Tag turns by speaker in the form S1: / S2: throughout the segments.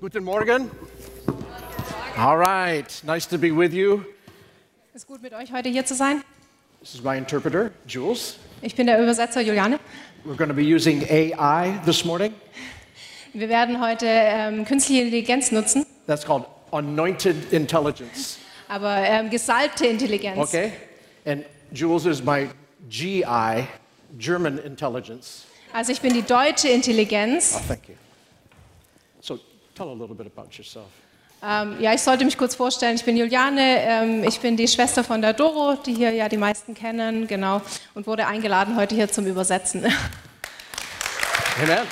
S1: Guten Morgen. All right, nice to be with you.
S2: ist gut, mit euch heute hier zu sein.
S1: This is my interpreter, Jules.
S2: Ich bin der Übersetzer Juliane.
S1: We're going to be using AI this morning.
S2: Wir werden heute ähm, künstliche Intelligenz nutzen,
S1: That's called anointed intelligence.
S2: aber ähm, gesalbte Intelligenz.
S1: Okay? And Jules is my GI, German intelligence.
S2: Also ich bin die deutsche
S1: Oh,
S2: Intelligenz.
S1: thank you. So tell a little bit about yourself.
S2: Ähm, ja, ich sollte mich kurz vorstellen. Ich bin Juliane. Ähm, ich bin die Schwester von der Doro, die hier ja die meisten kennen, genau, und wurde eingeladen heute hier zum Übersetzen.
S1: Amen.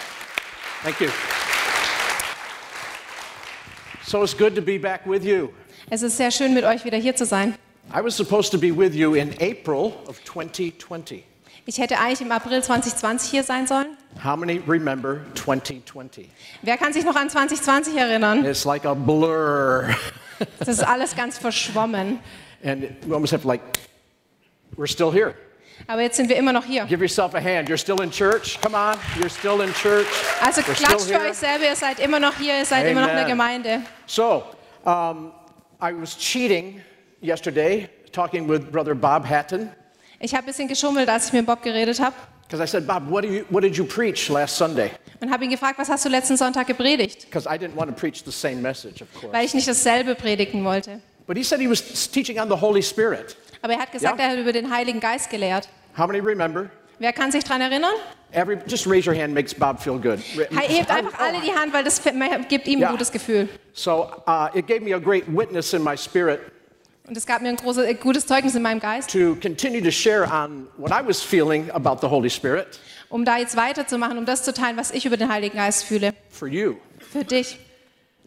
S1: Thank you. So it's good to be back with you.
S2: Es ist sehr schön, mit euch wieder hier zu sein.
S1: I was supposed to be with you in April of 2020.
S2: Ich hätte eigentlich im April 2020 hier sein sollen.
S1: How many remember 2020?
S2: Wer kann sich noch an 2020 erinnern?
S1: It's like a blur.
S2: Das ist alles ganz verschwommen.
S1: And we almost have to, like, we're still here.
S2: Aber jetzt sind wir immer noch hier.
S1: Give yourself a hand. You're still in church. Come on. You're still in church.
S2: Also
S1: We're
S2: klatscht
S1: still
S2: für
S1: here.
S2: euch selber, ihr seid immer noch hier, ihr seid immer noch in der
S1: Amen.
S2: Gemeinde.
S1: So, um, I was cheating yesterday talking with Brother Bob Hatton
S2: Ich habe ein bisschen geschummelt, als ich mit Bob geredet habe
S1: because I said, Bob, what, do you, what did you preach last Sunday?
S2: und habe ihn gefragt, was hast du letzten Sonntag gepredigt?
S1: Because I didn't want to preach the same message, of course.
S2: Weil ich nicht dasselbe predigen wollte.
S1: But he said he was teaching on the Holy Spirit.
S2: Aber er hat gesagt,
S1: Ja.
S2: er hat über den Heiligen Geist gelehrt.
S1: How many remember?
S2: Wer kann sich daran erinnern?
S1: Every, just raise your hand, makes Bob feel good. Re-
S2: He- Hebt einfach alle die Hand, weil das f- gibt ihm
S1: Ja.
S2: ein gutes Gefühl.
S1: So uh, it gave me a great witness in my spirit
S2: Und es gab mir ein großes, äh, gutes Zeugnis in meinem Geist,
S1: to continue to share on what I was feeling about the Holy Spirit
S2: um da jetzt weiterzumachen, um das zu teilen, was ich über den Heiligen Geist fühle.
S1: for you.
S2: Für dich.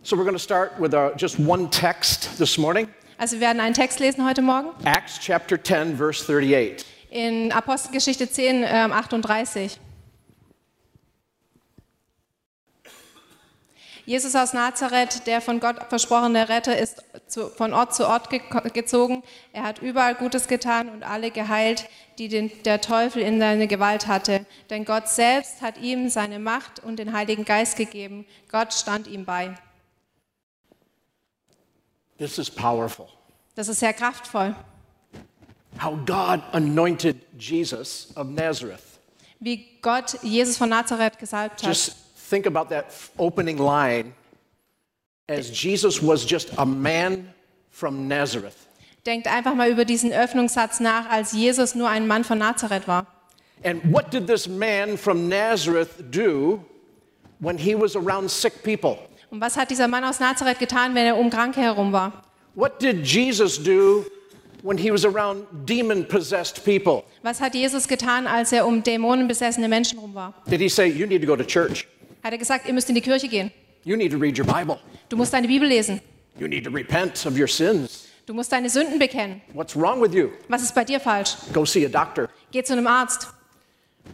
S1: So we're going to start with uh just one text this morning
S2: Also wir werden einen Text lesen heute Morgen
S1: Acts chapter 10, verse 38.
S2: in Apostelgeschichte 10, ähm, 38. Jesus aus Nazareth, der von Gott versprochene Retter, ist zu, von Ort zu Ort geko- gezogen. Er hat überall Gutes getan und alle geheilt, die den, der Teufel in seine Gewalt hatte. Denn Gott selbst hat ihm seine Macht und den Heiligen Geist gegeben. Gott stand ihm bei.
S1: This is powerful.
S2: Das ist sehr kraftvoll,
S1: How God anointed Jesus of Nazareth.
S2: wie Gott Jesus von Nazareth gesalbt hat.
S1: Just think about that f- opening line as Jesus was just a man from Nazareth.
S2: Denkt einfach mal über diesen Öffnungssatz nach, als Jesus nur ein Mann von Nazareth war.
S1: And what did this man from Nazareth do when he was around sick people?
S2: Und was hat dieser Mann aus Nazareth getan, wenn er um Kranke herum war?
S1: What did Jesus do when he was around demon possessed people?
S2: Was hat Jesus getan, als er um dämonenbesessene Menschen rum war?
S1: Did he say, You need to go to church?
S2: Hat er gesagt, ihr müsst in die Kirche gehen.
S1: You need to read your Bible.
S2: Du musst deine Bibel lesen.
S1: You need to repent of your sins.
S2: Du musst deine Sünden bekennen.
S1: What's wrong with you?
S2: Was ist bei dir falsch?
S1: Go see a doctor.
S2: Geh zu einem Arzt.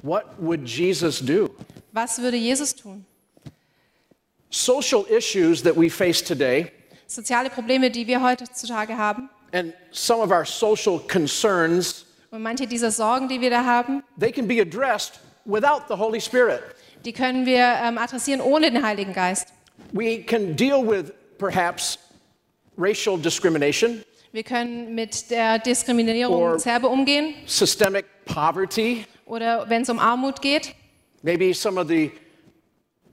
S1: What would Jesus do?
S2: Was würde Jesus tun?
S1: Social issues that we face today
S2: Soziale Probleme, die wir heutzutage haben
S1: and some of our social concerns,
S2: und manche dieser Sorgen, die wir da haben,
S1: they can be addressed without the Holy Spirit.
S2: die können wir ähm, adressieren ohne den Heiligen Geist.
S1: We can deal with perhaps racial discrimination,
S2: Wir können mit der Diskriminierung
S1: Or-
S2: Serbe umgehen.
S1: systemic poverty,
S2: oder wenn es um Armut geht
S1: maybe some of the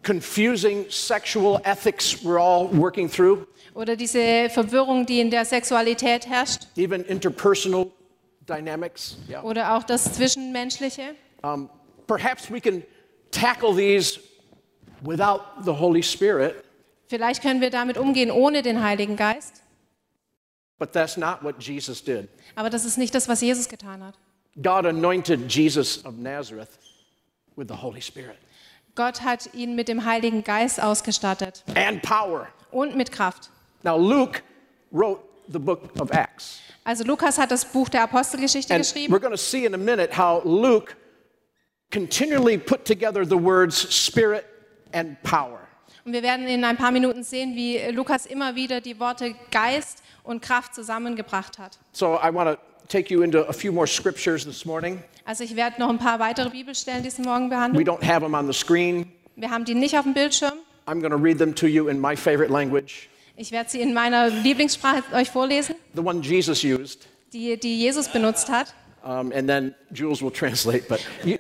S1: confusing sexual ethics we're all working through,
S2: oder diese Verwirrung, die in der Sexualität herrscht
S1: even interpersonal dynamics. Yeah.
S2: oder auch das Zwischenmenschliche.
S1: Um, perhaps we can tackle these without the Holy Spirit,
S2: Vielleicht können wir damit umgehen ohne den Heiligen Geist,
S1: but that's not what Jesus did.
S2: aber das ist nicht das, was Jesus getan hat.
S1: God anointed Jesus of Nazareth with the Holy Spirit
S2: Gott hat ihn mit dem Heiligen Geist ausgestattet
S1: and power.
S2: und mit Kraft.
S1: Now, Luke wrote the book of Acts.
S2: Also Lukas hat das Buch der Apostelgeschichte
S1: And we're
S2: geschrieben
S1: going to see in a minute how Luke continually put together the words spirit and power.
S2: und wir werden in ein paar Minuten sehen, wie Lukas immer wieder die Worte Geist und Kraft zusammengebracht hat.
S1: So I want to take you into a few more scriptures this morning.
S2: Also ich werde noch ein paar weitere Bibelstellen diesen Morgen
S1: We
S2: behandeln.
S1: don't have them on the screen,
S2: Wir haben die nicht auf dem Bildschirm.
S1: I'm going to read them to you in my favorite language,
S2: Ich werde sie in meiner Lieblingssprache euch vorlesen,
S1: the one Jesus used,
S2: die, die Jesus benutzt hat.
S1: um, and then Jules will translate. But you,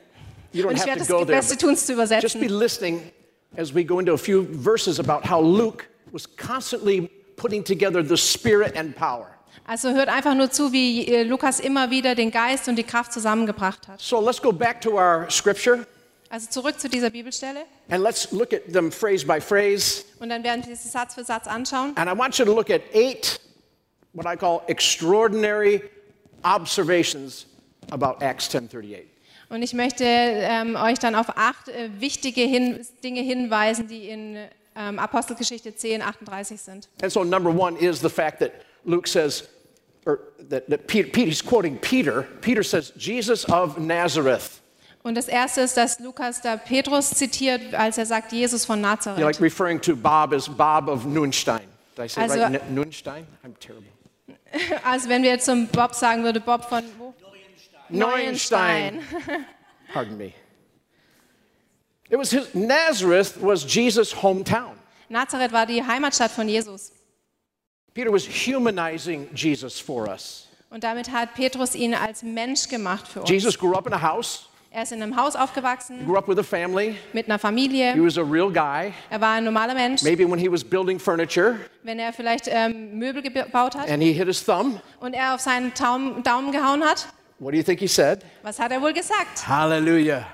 S1: you don't
S2: Und ich
S1: have
S2: werde
S1: to
S2: das
S1: go there.
S2: Beste tun, es zu
S1: but Just be
S2: übersetzen.
S1: listening as we go into a few verses about how Luke was constantly putting together the spirit and power.
S2: Also hört einfach nur zu, wie äh, Lukas immer wieder den Geist und die Kraft zusammengebracht hat.
S1: So let's go back to our scripture
S2: Also zurück zu dieser Bibelstelle
S1: and let's look at them phrase by phrase.
S2: und dann werden wir sie Satz für Satz anschauen.
S1: And I want you to look at eight, what I call extraordinary observations about Acts 10:38.
S2: Und ich möchte ähm, euch dann auf acht äh, wichtige Hin Dinge hinweisen, die in ähm, Apostelgeschichte 10, 38 sind.
S1: And so number one is the fact that Luke says, or that, that Peter, Peter, he's quoting Peter. Peter says, Jesus of Nazareth.
S2: Und das erste ist, dass Lukas da Petrus zitiert, als er sagt, Jesus von
S1: You're like
S2: Nazareth.
S1: referring to Bob as Bob of Nunstein. Did I say it
S2: Also-
S1: right? N- Nunstein? I'm terrible.
S2: Also wenn wir jetzt zum Bob sagen würde, Bob von wo?
S1: Neuenstein. Pardon me. It was his, Nazareth was Jesus' hometown.
S2: Nazareth war die Heimatstadt von Jesus.
S1: Peter was humanizing Jesus for us.
S2: Und damit hat Petrus ihn als Mensch gemacht für uns.
S1: Jesus grew up in a house,
S2: Er ist in einem Haus aufgewachsen,
S1: grew up with a family.
S2: mit einer
S1: He
S2: Familie.
S1: was a real guy.
S2: Er war ein normaler Mensch,
S1: Maybe when he was building furniture
S2: wenn er vielleicht ähm, Möbel gebaut hat
S1: and he hit his thumb,
S2: und er auf seinen Taum, Daumen gehauen hat.
S1: what do you think he said?
S2: Was hat er wohl gesagt?
S1: Hallelujah.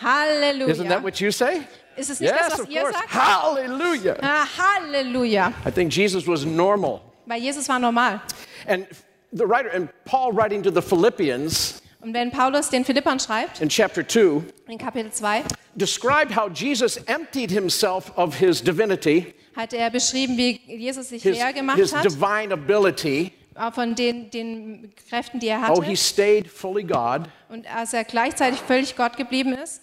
S1: Isn't that
S2: Halleluja.
S1: what you say?
S2: Ist es nicht
S1: Yes,
S2: das, was
S1: of
S2: ihr
S1: course.
S2: sagt?
S1: Hallelujah.
S2: Ah, Halleluja.
S1: I think Jesus was normal.
S2: Weil Jesus war normal.
S1: And the writer and Paul writing to the Philippians
S2: Und wenn Paulus den Philippern schreibt,
S1: in chapter 2
S2: in Kapitel 2,
S1: described how Jesus emptied himself of his divinity,
S2: hat er beschrieben, wie Jesus sich
S1: his,
S2: leer gemacht
S1: his
S2: hat,
S1: divine ability.
S2: äh, von den, den Kräften, die er
S1: Oh,
S2: hatte.
S1: he stayed fully God,
S2: Und als er gleichzeitig völlig Gott geblieben ist,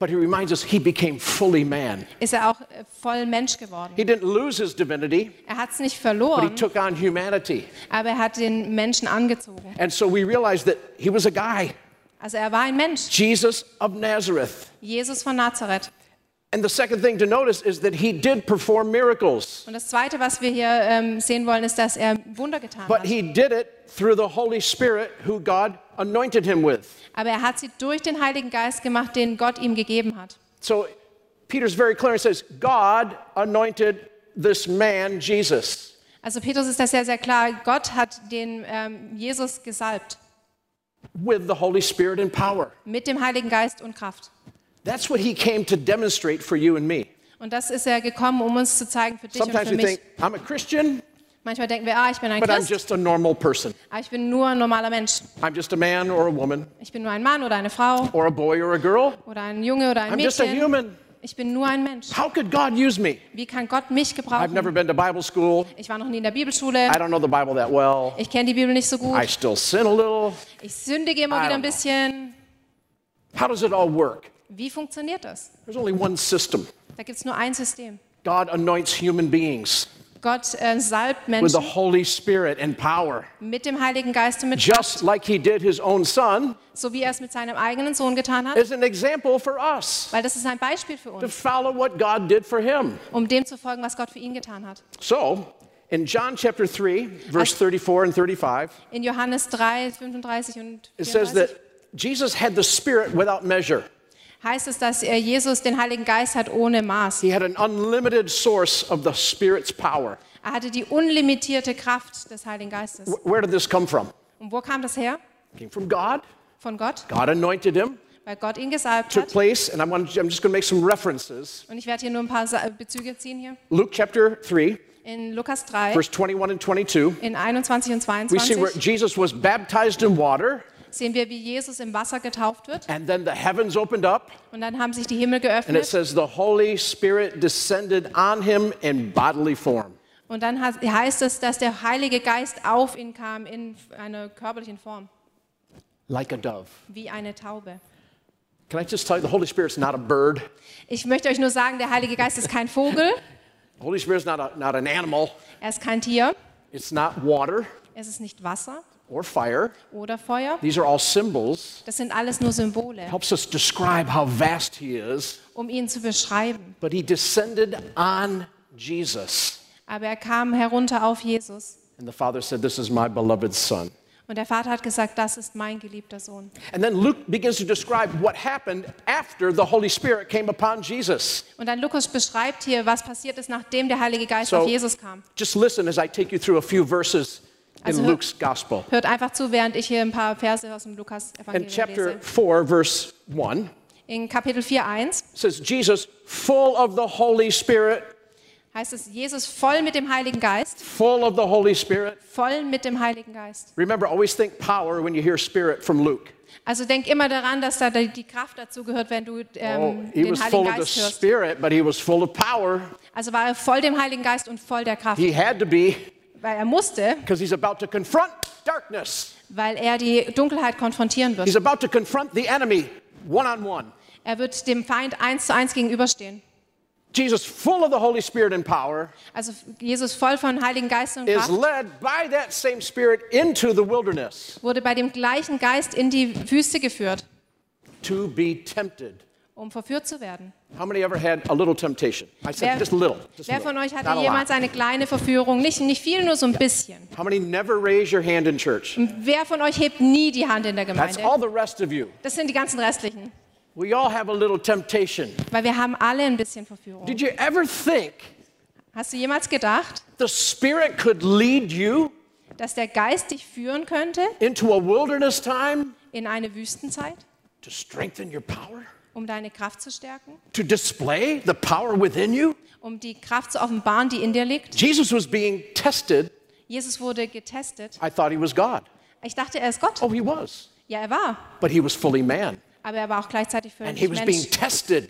S1: but he reminds us he became fully man.
S2: ist er auch äh, voll Mensch geworden.
S1: He didn't lose his divinity,
S2: Er hat es nicht
S1: but he
S2: verloren,
S1: took on humanity.
S2: aber er hat den Menschen angezogen.
S1: And so we realize that he was a guy,
S2: Also er war ein Mensch,
S1: Jesus of Nazareth.
S2: Jesus von Nazareth.
S1: And the second thing to notice is that he did perform miracles,
S2: Und das Zweite, was wir hier ähm, sehen wollen, ist, dass er Wunder getan
S1: but
S2: hat.
S1: he did it through the Holy Spirit who God anointed him with.
S2: Aber er hat sie durch den Heiligen Geist gemacht, den Gott ihm gegeben hat.
S1: So Peter's very clear and says, God anointed this man, Jesus.
S2: Also Petrus ist das sehr, sehr klar. Gott hat den ähm, Jesus gesalbt
S1: With the Holy Spirit and power.
S2: mit dem Heiligen Geist und Kraft.
S1: That's what he came to demonstrate for you and me.
S2: Und das ist er gekommen, um uns zu zeigen für dich und
S1: Sometimes
S2: für
S1: we
S2: mich.
S1: think, I'm a Christian,
S2: Manchmal denken wir, ah, ich bin ein
S1: but I'm
S2: Christ,
S1: just a normal person.
S2: aber ich bin nur ein normaler Mensch.
S1: I'm just a man or a woman
S2: Ich bin nur ein Mann oder eine Frau
S1: or a boy or a girl.
S2: oder ein Junge oder ein
S1: I'm just a
S2: Mädchen.
S1: human.
S2: Ich bin nur ein Mensch.
S1: How could God use me?
S2: Wie kann Gott mich
S1: I've
S2: gebrauchen?
S1: never been to Bible school.
S2: Ich war noch nie in der Bibelschule.
S1: I don't know the Bible that well.
S2: Ich kenne die Bibel nicht so
S1: I
S2: gut.
S1: still sin a little.
S2: Ich sündige immer
S1: I
S2: wieder
S1: don't
S2: ein
S1: know.
S2: bisschen.
S1: How does it all work?
S2: Wie funktioniert das?
S1: There's only one system.
S2: Da gibt es nur ein System.
S1: God anoints human beings
S2: Gott äh, salbt
S1: with the
S2: Menschen
S1: Holy Spirit and power.
S2: mit dem Heiligen Geist und mit
S1: just like he did his own son,
S2: so wie er es mit seinem eigenen Sohn getan hat,
S1: is an example for us
S2: weil das ist ein Beispiel für
S1: to
S2: uns,
S1: follow what God did for him.
S2: um dem zu folgen, was Gott für ihn getan hat.
S1: So, in John chapter 3, verse 34 and 35,
S2: In Johannes 3, 35 und
S1: it says
S2: 34
S1: that Jesus had the Spirit without measure.
S2: heißt es, dass er Jesus den Heiligen Geist hat ohne Maß.
S1: He had an unlimited source of the Spirit's power.
S2: Er hatte die unlimitierte Kraft des Heiligen Geistes.
S1: Wh- Where did this come from?
S2: Und wo kam das her?
S1: It came from God.
S2: Von Gott,
S1: God anointed him,
S2: weil Gott ihn gesalbt
S1: took
S2: hat.
S1: place, and I'm, gonna, I'm just going to make some references.
S2: Und ich werde hier nur ein paar Sa- Bezüge ziehen hier.
S1: Luke chapter 3,
S2: In Lukas 3,
S1: verse 21 and 22,
S2: in 21 und
S1: we see where
S2: 22
S1: Jesus was baptized in water,
S2: sehen wir, wie Jesus im Wasser getauft wird.
S1: and then the heavens opened up,
S2: Und dann haben sich die Himmel
S1: And it
S2: geöffnet.
S1: says the Holy Spirit descended on him in bodily form.
S2: Und dann hat- heißt es, dass der Heilige Geist auf ihn kam in einer körperlichen Form,
S1: Like a dove.
S2: wie eine Taube.
S1: Can I just tell you, the Holy Spirit's not a bird.
S2: Ich möchte euch nur sagen, der Heilige Geist ist kein Vogel,
S1: The Holy Spirit's not, a, not an animal.
S2: er ist kein Tier,
S1: It's not water.
S2: es ist nicht Wasser,
S1: or fire.
S2: oder Feuer.
S1: These are all symbols.
S2: Das sind alles nur Symbole,
S1: Helps us describe how vast he is.
S2: um ihn zu beschreiben.
S1: But he descended on Jesus.
S2: Aber er kam herunter auf Jesus.
S1: And the Father said, This is my beloved Son.
S2: Und der Vater hat gesagt, das ist mein geliebter Sohn.
S1: And then Luke begins to describe what happened after the Holy Spirit came upon Jesus.
S2: Und dann Lukas beschreibt hier, was passiert ist, nachdem der Heilige Geist
S1: So-
S2: auf Jesus kam.
S1: Just listen as I take you through a few verses in
S2: Also-
S1: Luke's Gospel.
S2: Hört einfach zu, während ich hier ein paar Verse aus dem
S1: In
S2: Lukas-Evangelium
S1: chapter
S2: lese.
S1: 4, verse 1,
S2: In Kapitel 4,1
S1: it says, Jesus, full of the Holy Spirit,
S2: heißt es, Jesus voll mit dem Heiligen Geist,
S1: full of the Holy Spirit.
S2: voll mit dem Heiligen Geist.
S1: Remember, always think power when you hear spirit from Luke.
S2: Also denk immer daran, dass da die die Kraft dazu gehört, wenn du
S1: Oh,
S2: ähm,
S1: he was
S2: den Heiligen
S1: full of the
S2: Geist hörst.
S1: spirit, but he was full of power.
S2: Also war er voll dem Heiligen Geist und voll der Kraft,
S1: He had to be
S2: weil er musste,
S1: because he's about to confront darkness.
S2: weil er die Dunkelheit konfrontieren
S1: He's
S2: wird.
S1: about to confront the enemy one on one.
S2: Er wird dem Feind eins zu eins gegenüberstehen.
S1: Jesus, full of the Holy Spirit and power,
S2: Also Jesus voll von Heiligen Geist und
S1: is
S2: Kraft
S1: led by that same Spirit into the wilderness
S2: wurde bei dem gleichen Geist in die Wüste geführt,
S1: to be tempted.
S2: um verführt zu werden.
S1: How many ever had a little temptation? I said
S2: Wer-
S1: just little. Just
S2: Wer
S1: little,
S2: von euch hatte
S1: not a lot.
S2: jemals eine kleine Verführung? Nicht, nicht viel, nur so ein bisschen.
S1: How many never raise your hand in
S2: Hm,
S1: church?
S2: Wer von euch hebt nie die Hand in der
S1: That's
S2: Gemeinde?
S1: all the rest of you.
S2: Das sind die ganzen restlichen,
S1: We all have a little temptation.
S2: weil wir haben alle ein bisschen Verführung.
S1: Did you ever think
S2: Hast du jemals gedacht,
S1: the Spirit could lead you
S2: dass der Geist dich führen könnte
S1: into a wilderness time
S2: in eine Wüstenzeit,
S1: to strengthen your power,
S2: um deine Kraft zu stärken,
S1: to display the power within you?
S2: um die Kraft zu offenbaren, die in dir liegt?
S1: Jesus was being tested.
S2: Jesus wurde getestet.
S1: I thought he was God.
S2: Ich dachte, er ist Gott.
S1: Oh, he was.
S2: Ja, er war,
S1: But he was fully man.
S2: aber er war auch gleichzeitig
S1: And
S2: völlig
S1: he was being
S2: Mensch.
S1: tested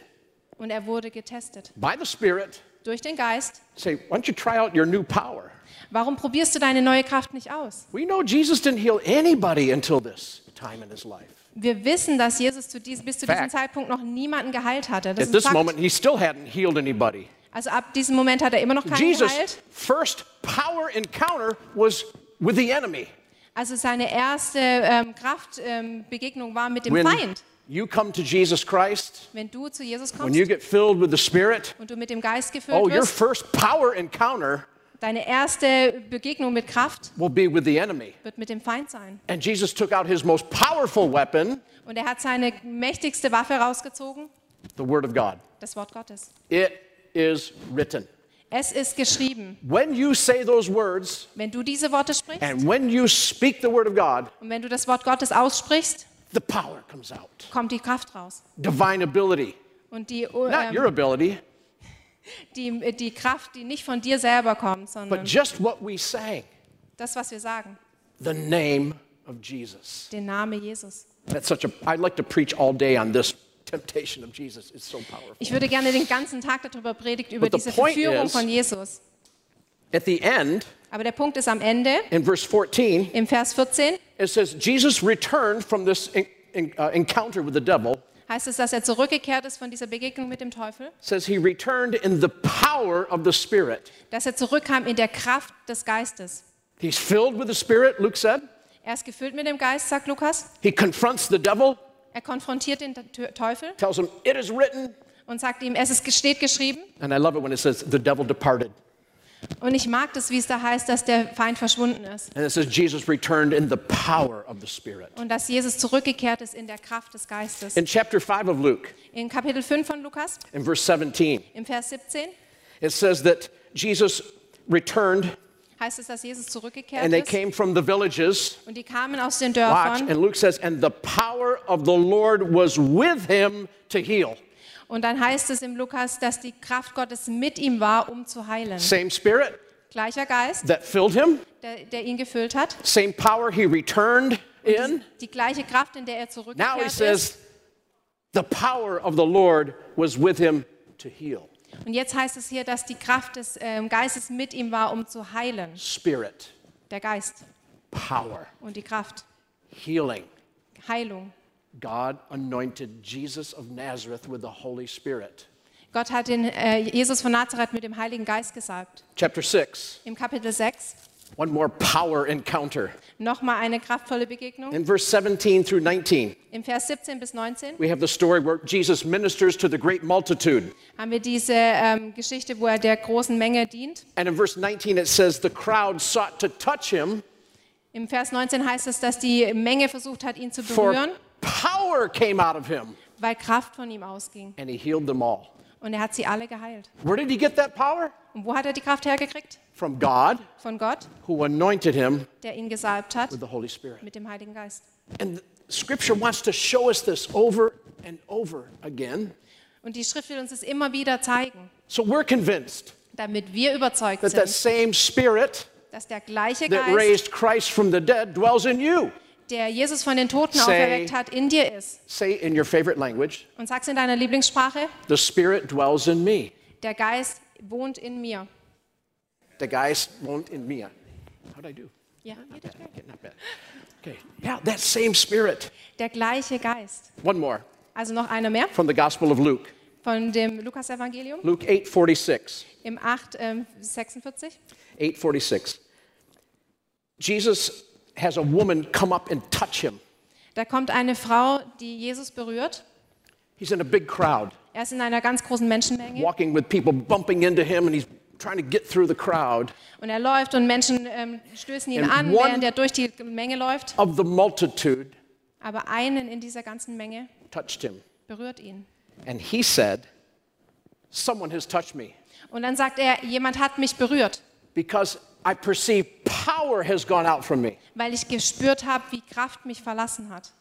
S2: Und er wurde getestet
S1: by the Spirit.
S2: durch den Geist.
S1: Say, why don't you try out your new power?
S2: Warum probierst du deine neue Kraft nicht aus?
S1: We know Jesus didn't heal anybody until this time in his life.
S2: Wir wissen, dass Jesus zu diesem, bis zu diesem
S1: Fact.
S2: Zeitpunkt noch niemanden geheilt hatte.
S1: At
S2: Das ist ein
S1: this
S2: Fakt.
S1: moment, he still hadn't healed anybody.
S2: also ab diesem Moment hat er immer noch keinen
S1: Jesus'
S2: geheilt.
S1: first power encounter was with the enemy.
S2: Also seine erste ähm, Kraftbegegnung ähm, Begegnung war mit dem
S1: When
S2: Feind.
S1: you come to Jesus Christ,
S2: Wenn du zu Jesus
S1: when
S2: kommst
S1: you get filled with the Spirit,
S2: und du mit dem Geist gefüllt
S1: oh, your
S2: wirst,
S1: first power encounter
S2: deine erste Begegnung mit Kraft
S1: will be with the enemy.
S2: wird mit dem Feind sein.
S1: And Jesus took out his most powerful weapon,
S2: Und er hat seine mächtigste Waffe rausgezogen,
S1: the Word of God.
S2: das Wort Gottes.
S1: It is written.
S2: Es ist geschrieben.
S1: When you say those words
S2: Wenn du diese Worte sprichst
S1: and when you speak the Word of God,
S2: und wenn du das Wort Gottes aussprichst,
S1: the power comes out.
S2: kommt die Kraft raus.
S1: Divine ability,
S2: Und die,
S1: not
S2: ähm,
S1: your ability,
S2: die, die Kraft, die nicht von dir selber kommt, sondern
S1: but just what we sang
S2: das, was wir sagen,
S1: the name of Jesus.
S2: den Namen Jesus.
S1: That's such a, I'd like to preach all day on this temptation of Jesus. It's so powerful.
S2: Ich würde gerne den ganzen Tag darüber predigt, über
S1: But the
S2: diese
S1: point
S2: Verführung
S1: is-
S2: von Jesus.
S1: At the end,
S2: Aber der Punkt ist am Ende,
S1: in verse 14,
S2: im Vers 14,
S1: it says, Jesus returned from this en- en- uh, encounter with the devil.
S2: heißt es, dass er zurückgekehrt ist von dieser Begegnung mit dem Teufel,
S1: says he returned in the power of the Spirit.
S2: dass er zurückkam in der Kraft des Geistes.
S1: He's filled with the Spirit, Luke said.
S2: Er ist gefüllt mit dem Geist, sagt Lukas.
S1: He confronts the devil,
S2: Er konfrontiert den Te- Teufel
S1: tells him, It is written.
S2: und sagt ihm, es ist, steht geschrieben.
S1: And I love it when it says, The devil departed.
S2: Und ich mag das, wie es da heißt, dass der Feind verschwunden ist
S1: And it says, Jesus returned in the power of the Spirit.
S2: und dass Jesus zurückgekehrt ist in der Kraft des Geistes.
S1: In chapter 5 of Luke,
S2: In Kapitel 5 von Lukas,
S1: in verse 17,
S2: im Vers 17,
S1: it says that Jesus returned
S2: heißt es, dass Jesus zurückgekehrt
S1: and they
S2: ist.
S1: came from the villages.
S2: Und die kamen aus den
S1: Watch.
S2: Dörfern.
S1: And Luke says, And the power of the Lord was with him to heal.
S2: Und dann heißt es im Lukas, dass die Kraft Gottes mit ihm war, um zu heilen.
S1: Same Spirit
S2: Gleicher Geist,
S1: that filled him,
S2: der, der ihn gefüllt hat.
S1: same power he returned in.
S2: Die gleiche Kraft, in der
S1: Now
S2: er
S1: he
S2: zurückgekehrt ist.
S1: says, the power of the Lord was with him to heal.
S2: Und jetzt heißt es hier, dass die Kraft des ähm, Geistes mit ihm war, um zu heilen.
S1: Spirit,
S2: Der Geist
S1: power,
S2: und die Kraft.
S1: healing.
S2: Heilung.
S1: God anointed Jesus of Nazareth with the Holy Spirit.
S2: Gott hat den äh, Jesus von Nazareth mit dem Heiligen Geist gesalbt.
S1: Chapter 6,
S2: Im Kapitel 6,
S1: One more power encounter.
S2: Nochmal eine kraftvolle Begegnung.
S1: In verse 17 through 19,
S2: Im Vers 17 bis 19
S1: we have the story where Jesus ministers to the great multitude.
S2: haben wir diese ähm, Geschichte, wo er der großen Menge dient.
S1: And in verse 19, it says, The crowd sought to touch him,
S2: Im Vers 19 heißt es, dass die Menge versucht hat, ihn zu berühren,
S1: for power came out of him,
S2: weil Kraft von ihm ausging.
S1: and he healed them all.
S2: Und er hat sie alle geheilt.
S1: Where did he get that power?
S2: Und wo hat er die Kraft hergekriegt?
S1: From God,
S2: Von Gott,
S1: who anointed him
S2: der ihn gesalbt hat
S1: with the Holy Spirit.
S2: mit dem Heiligen Geist.
S1: And Scripture wants to show us this over and over again.
S2: Und die Schrift will uns das immer wieder zeigen,
S1: So we're convinced
S2: damit wir überzeugt
S1: that that same
S2: sind,
S1: Spirit
S2: dass der gleiche
S1: that
S2: Geist,
S1: raised Christ from the dead dwells in you.
S2: der Jesus von den Toten
S1: Say-
S2: auferweckt hat, in dir ist.
S1: Say in your favorite language,
S2: Und sag's in deiner Lieblingssprache,
S1: the Spirit dwells in me.
S2: der Geist wohnt in mir.
S1: The guys won't in me. How'd I do?
S2: Ja, jeder-
S1: Okay, not bad. Okay. Yeah, that same Spirit.
S2: der gleiche Geist.
S1: One more
S2: Also noch einer mehr
S1: from the Gospel of Luke.
S2: von dem Lukas-Evangelium
S1: Luke 8:46.
S2: im 8, ähm, 46.
S1: 8:46. Jesus has a woman come up and touch him.
S2: Da kommt eine Frau, die Jesus berührt.
S1: He's in a big crowd,
S2: Er ist in einer ganz großen Menschenmenge
S1: walking with people bumping into him and he's trying to get through the crowd.
S2: und er läuft und Menschen ähm, stößen ihn
S1: And
S2: an,
S1: one-
S2: während er durch die Menge läuft.
S1: Of the multitude
S2: Aber einen in dieser ganzen Menge
S1: touched him.
S2: berührt ihn.
S1: And he said, Someone has touched me
S2: Und dann sagt er, jemand hat mich berührt,
S1: because I perceive power has gone out from me.
S2: weil ich gespürt habe, wie Kraft mich verlassen hat.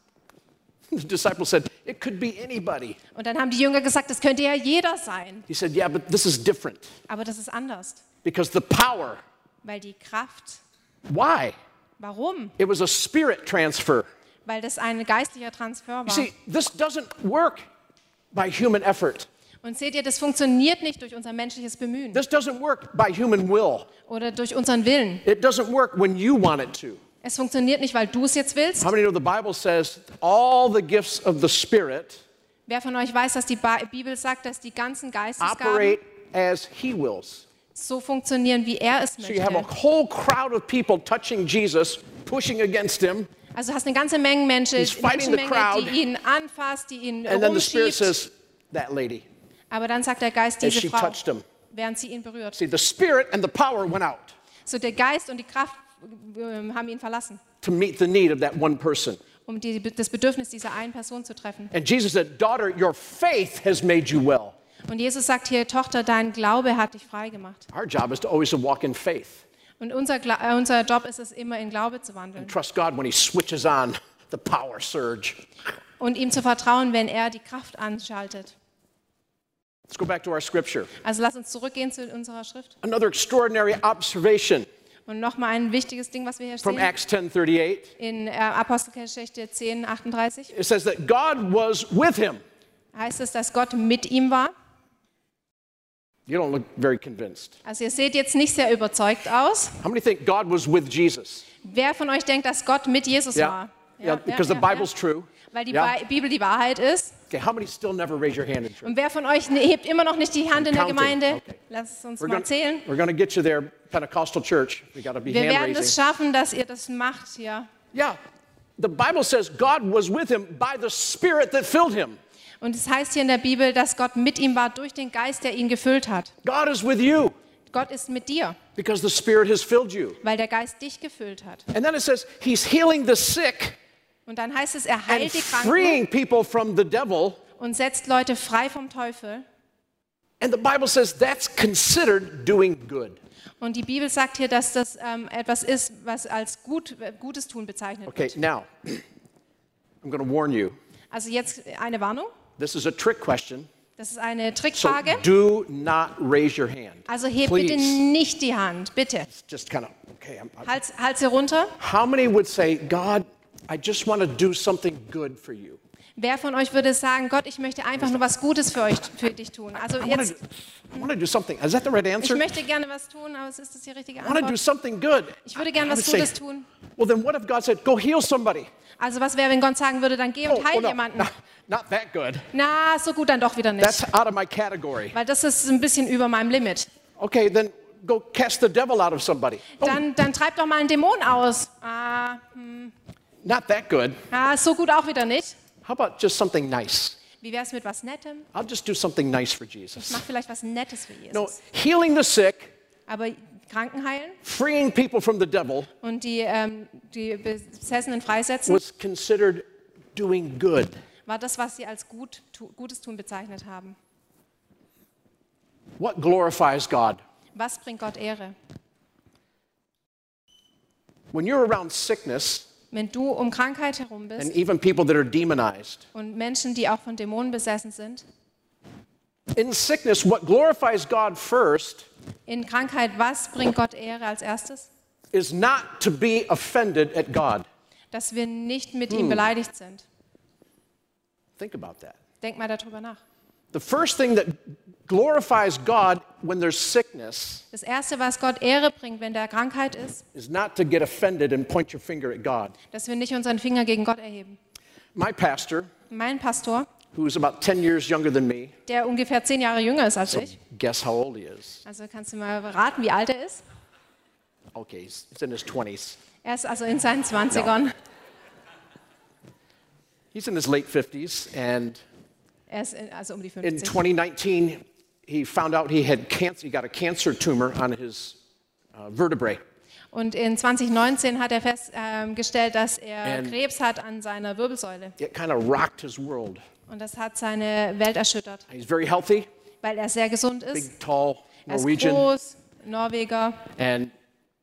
S1: The disciple said, It could be anybody.
S2: Und dann haben die Jünger gesagt, das könnte ja jeder sein,
S1: He said, Yeah, but this is different
S2: aber das ist anders,
S1: because the power,
S2: weil die Kraft,
S1: why?
S2: warum?
S1: It was a spirit transfer.
S2: Weil das ein geistlicher Transfer
S1: You
S2: war.
S1: see, this doesn't work by human effort,
S2: Und seht ihr, das funktioniert nicht durch unser menschliches Bemühen
S1: this doesn't work by human will,
S2: oder durch unseren Willen.
S1: it doesn't work when you want it to.
S2: Es funktioniert nicht, weil du es jetzt willst.
S1: How many know the Bible says all the gifts of the Spirit
S2: Wer von euch weiß, dass die Ba- Bibel sagt, dass die ganzen Geistesgaben
S1: operate as He wills?
S2: so funktionieren, wie er es
S1: So you have a
S2: möchte?
S1: whole crowd of people touching Jesus, pushing against him,
S2: Also du hast eine ganze Menge Menschen,
S1: He's fighting the
S2: Menschenmenge,
S1: crowd.
S2: die ihn anfasst, die ihn
S1: and then the Spirit
S2: rumschiebt.
S1: says, That lady,
S2: Aber dann sagt der Geist
S1: as
S2: diese
S1: she
S2: Frau,
S1: touched him.
S2: während sie ihn berührt.
S1: See, the Spirit and the power went out
S2: So der Geist und die Kraft ähm, haben ihn verlassen,
S1: to meet the need of that one person.
S2: um die, das Bedürfnis dieser einen Person zu treffen.
S1: And Jesus said, Daughter, your faith has made you well.
S2: Und Jesus sagt hier, Tochter, dein Glaube hat dich frei gemacht.
S1: Our job is to always to walk in faith
S2: Und unser, Gla äh, unser Job ist es, immer in Glaube zu wandeln
S1: and trust God when He switches on the power surge.
S2: und ihm zu vertrauen, wenn er die Kraft anschaltet.
S1: Let's go back to our scripture.
S2: Also lass uns zurückgehen zu unserer Schrift.
S1: Another extraordinary observation
S2: Und nochmal ein wichtiges Ding, was wir hier
S1: from
S2: sehen.
S1: Acts 10:38.
S2: In äh, Apostelgeschichte 10, 38
S1: It says that God was with him.
S2: heißt es, dass Gott mit ihm war.
S1: You don't look very convinced.
S2: Also ihr seht jetzt nicht sehr überzeugt aus.
S1: How many think God was with Jesus?
S2: Wer von euch denkt, dass Gott mit Jesus war?
S1: Yeah, because the Bible's true.
S2: Weil die
S1: Yeah.
S2: Bi- Bibel die Wahrheit ist.
S1: Okay, how many still never raise your hand in church?
S2: Und wer von euch ne- hebt immer noch nicht die Hand in der
S1: counting.
S2: Gemeinde?
S1: Okay.
S2: Lasst es uns
S1: We're
S2: mal
S1: gonna-
S2: zählen.
S1: We're going to get you there, Pentecostal church. We got to be
S2: Wir
S1: hand
S2: werden es
S1: raising.
S2: schaffen, dass ihr das macht hier.
S1: Yeah. The Bible says God was with him by the Spirit that filled him.
S2: Und es heißt hier in der Bibel, dass Gott mit ihm war durch den Geist, der ihn gefüllt hat.
S1: God is with you
S2: Gott ist mit dir,
S1: because the Spirit has filled you.
S2: weil der Geist dich gefüllt hat.
S1: And then it says he's healing the sick
S2: Und dann heißt es, er
S1: and
S2: heilt die Kranken
S1: freeing people from the devil.
S2: und setzt Leute frei vom Teufel.
S1: And the Bible says that's considered doing good.
S2: Und die Bibel sagt hier, dass das ähm, etwas ist, was als gut, äh, gutes Tun bezeichnet
S1: Okay,
S2: wird.
S1: now I'm going to warn you.
S2: Also jetzt eine Warnung.
S1: This is a trick question.
S2: Das ist eine
S1: So
S2: Trickfrage.
S1: do not raise your hand.
S2: Also heb bitte
S1: Please.
S2: nicht die Hand, bitte.
S1: Just kind of okay. I'm, I'm-
S2: Hals, Hals hier runter.
S1: how many would say, God, I just want to do something good for you?
S2: Wer von euch würde sagen, Gott, ich möchte einfach nur was Gutes für euch, für dich tun? Also
S1: I want
S2: jetzt,
S1: to, I want to do something. Is that the right
S2: ich
S1: answer? I
S2: möchte gerne was tun, aber es ist das die richtige
S1: want to do
S2: Antwort?
S1: something good.
S2: Ich würde
S1: I
S2: gerne was
S1: would say,
S2: Gutes tun.
S1: Well, then what if God said, go heal somebody? Oh,
S2: Also was wäre, wenn Gott sagen würde, dann geh und heil
S1: no,
S2: jemanden?
S1: not, not that good.
S2: Na, so gut dann doch wieder nicht.
S1: That's out of my category.
S2: Weil das ist ein bisschen über meinem Limit.
S1: Okay, then go cast the devil out of somebody. Oh,
S2: Dann, dann treib doch mal einen Dämon aus. Ah,
S1: not that good.
S2: ah, so gut auch wieder nicht.
S1: How about just something nice?
S2: Wie wäre es mit was Nettem?
S1: I'll just do something nice for Jesus.
S2: Mach vielleicht was Nettes für Jesus.
S1: No, healing the sick,
S2: Aber Kranken heilen
S1: freeing people from the devil
S2: und die, ähm, die Besessenen freisetzen,
S1: was considered doing good.
S2: war das, was sie als gut, tu, Gutes tun bezeichnet haben.
S1: What glorifies God?
S2: Was bringt Gott Ehre?
S1: When you're around sickness
S2: Wenn du um Krankheit herum
S1: and
S2: bist
S1: even people that are demonized,
S2: und Menschen, die auch von Dämonen besessen sind,
S1: in sickness, what glorifies God first
S2: in Krankheit, was bringt Gott Ehre als erstes?
S1: is not to be offended at God.
S2: Dass wir nicht mit ihm beleidigt sind.
S1: Think about that.
S2: Denk mal darüber nach.
S1: The first thing that glorifies God when there's sickness
S2: Das Erste, was Gott Ehre bringt, wenn da Krankheit ist,
S1: is not to get offended and point your finger at God.
S2: dass wir nicht unseren Finger gegen Gott erheben.
S1: My pastor,
S2: Mein Pastor,
S1: who's about 10 years younger than me,
S2: der ungefähr zehn Jahre jünger ist als ich,
S1: guess how old he is?
S2: also kannst du mal raten, wie alt er ist?
S1: Okay, he's, he's in his 20s.
S2: Er ist also in seinen 20ern.
S1: He's in his late 50s, and
S2: Er ist in, also um die
S1: in
S2: 50.
S1: 2019, he found out he had cancer. He got a cancer tumor on his uh, vertebrae.
S2: Und in 2019 hat er festgestellt, dass er
S1: And-
S2: Krebs hat an seiner Wirbelsäule.
S1: It kind of rocked his world.
S2: Und das hat seine Welt erschüttert,
S1: He's very healthy,
S2: weil er sehr gesund ist.
S1: big, tall
S2: Er ist
S1: Norwegian,
S2: groß, Norweger
S1: and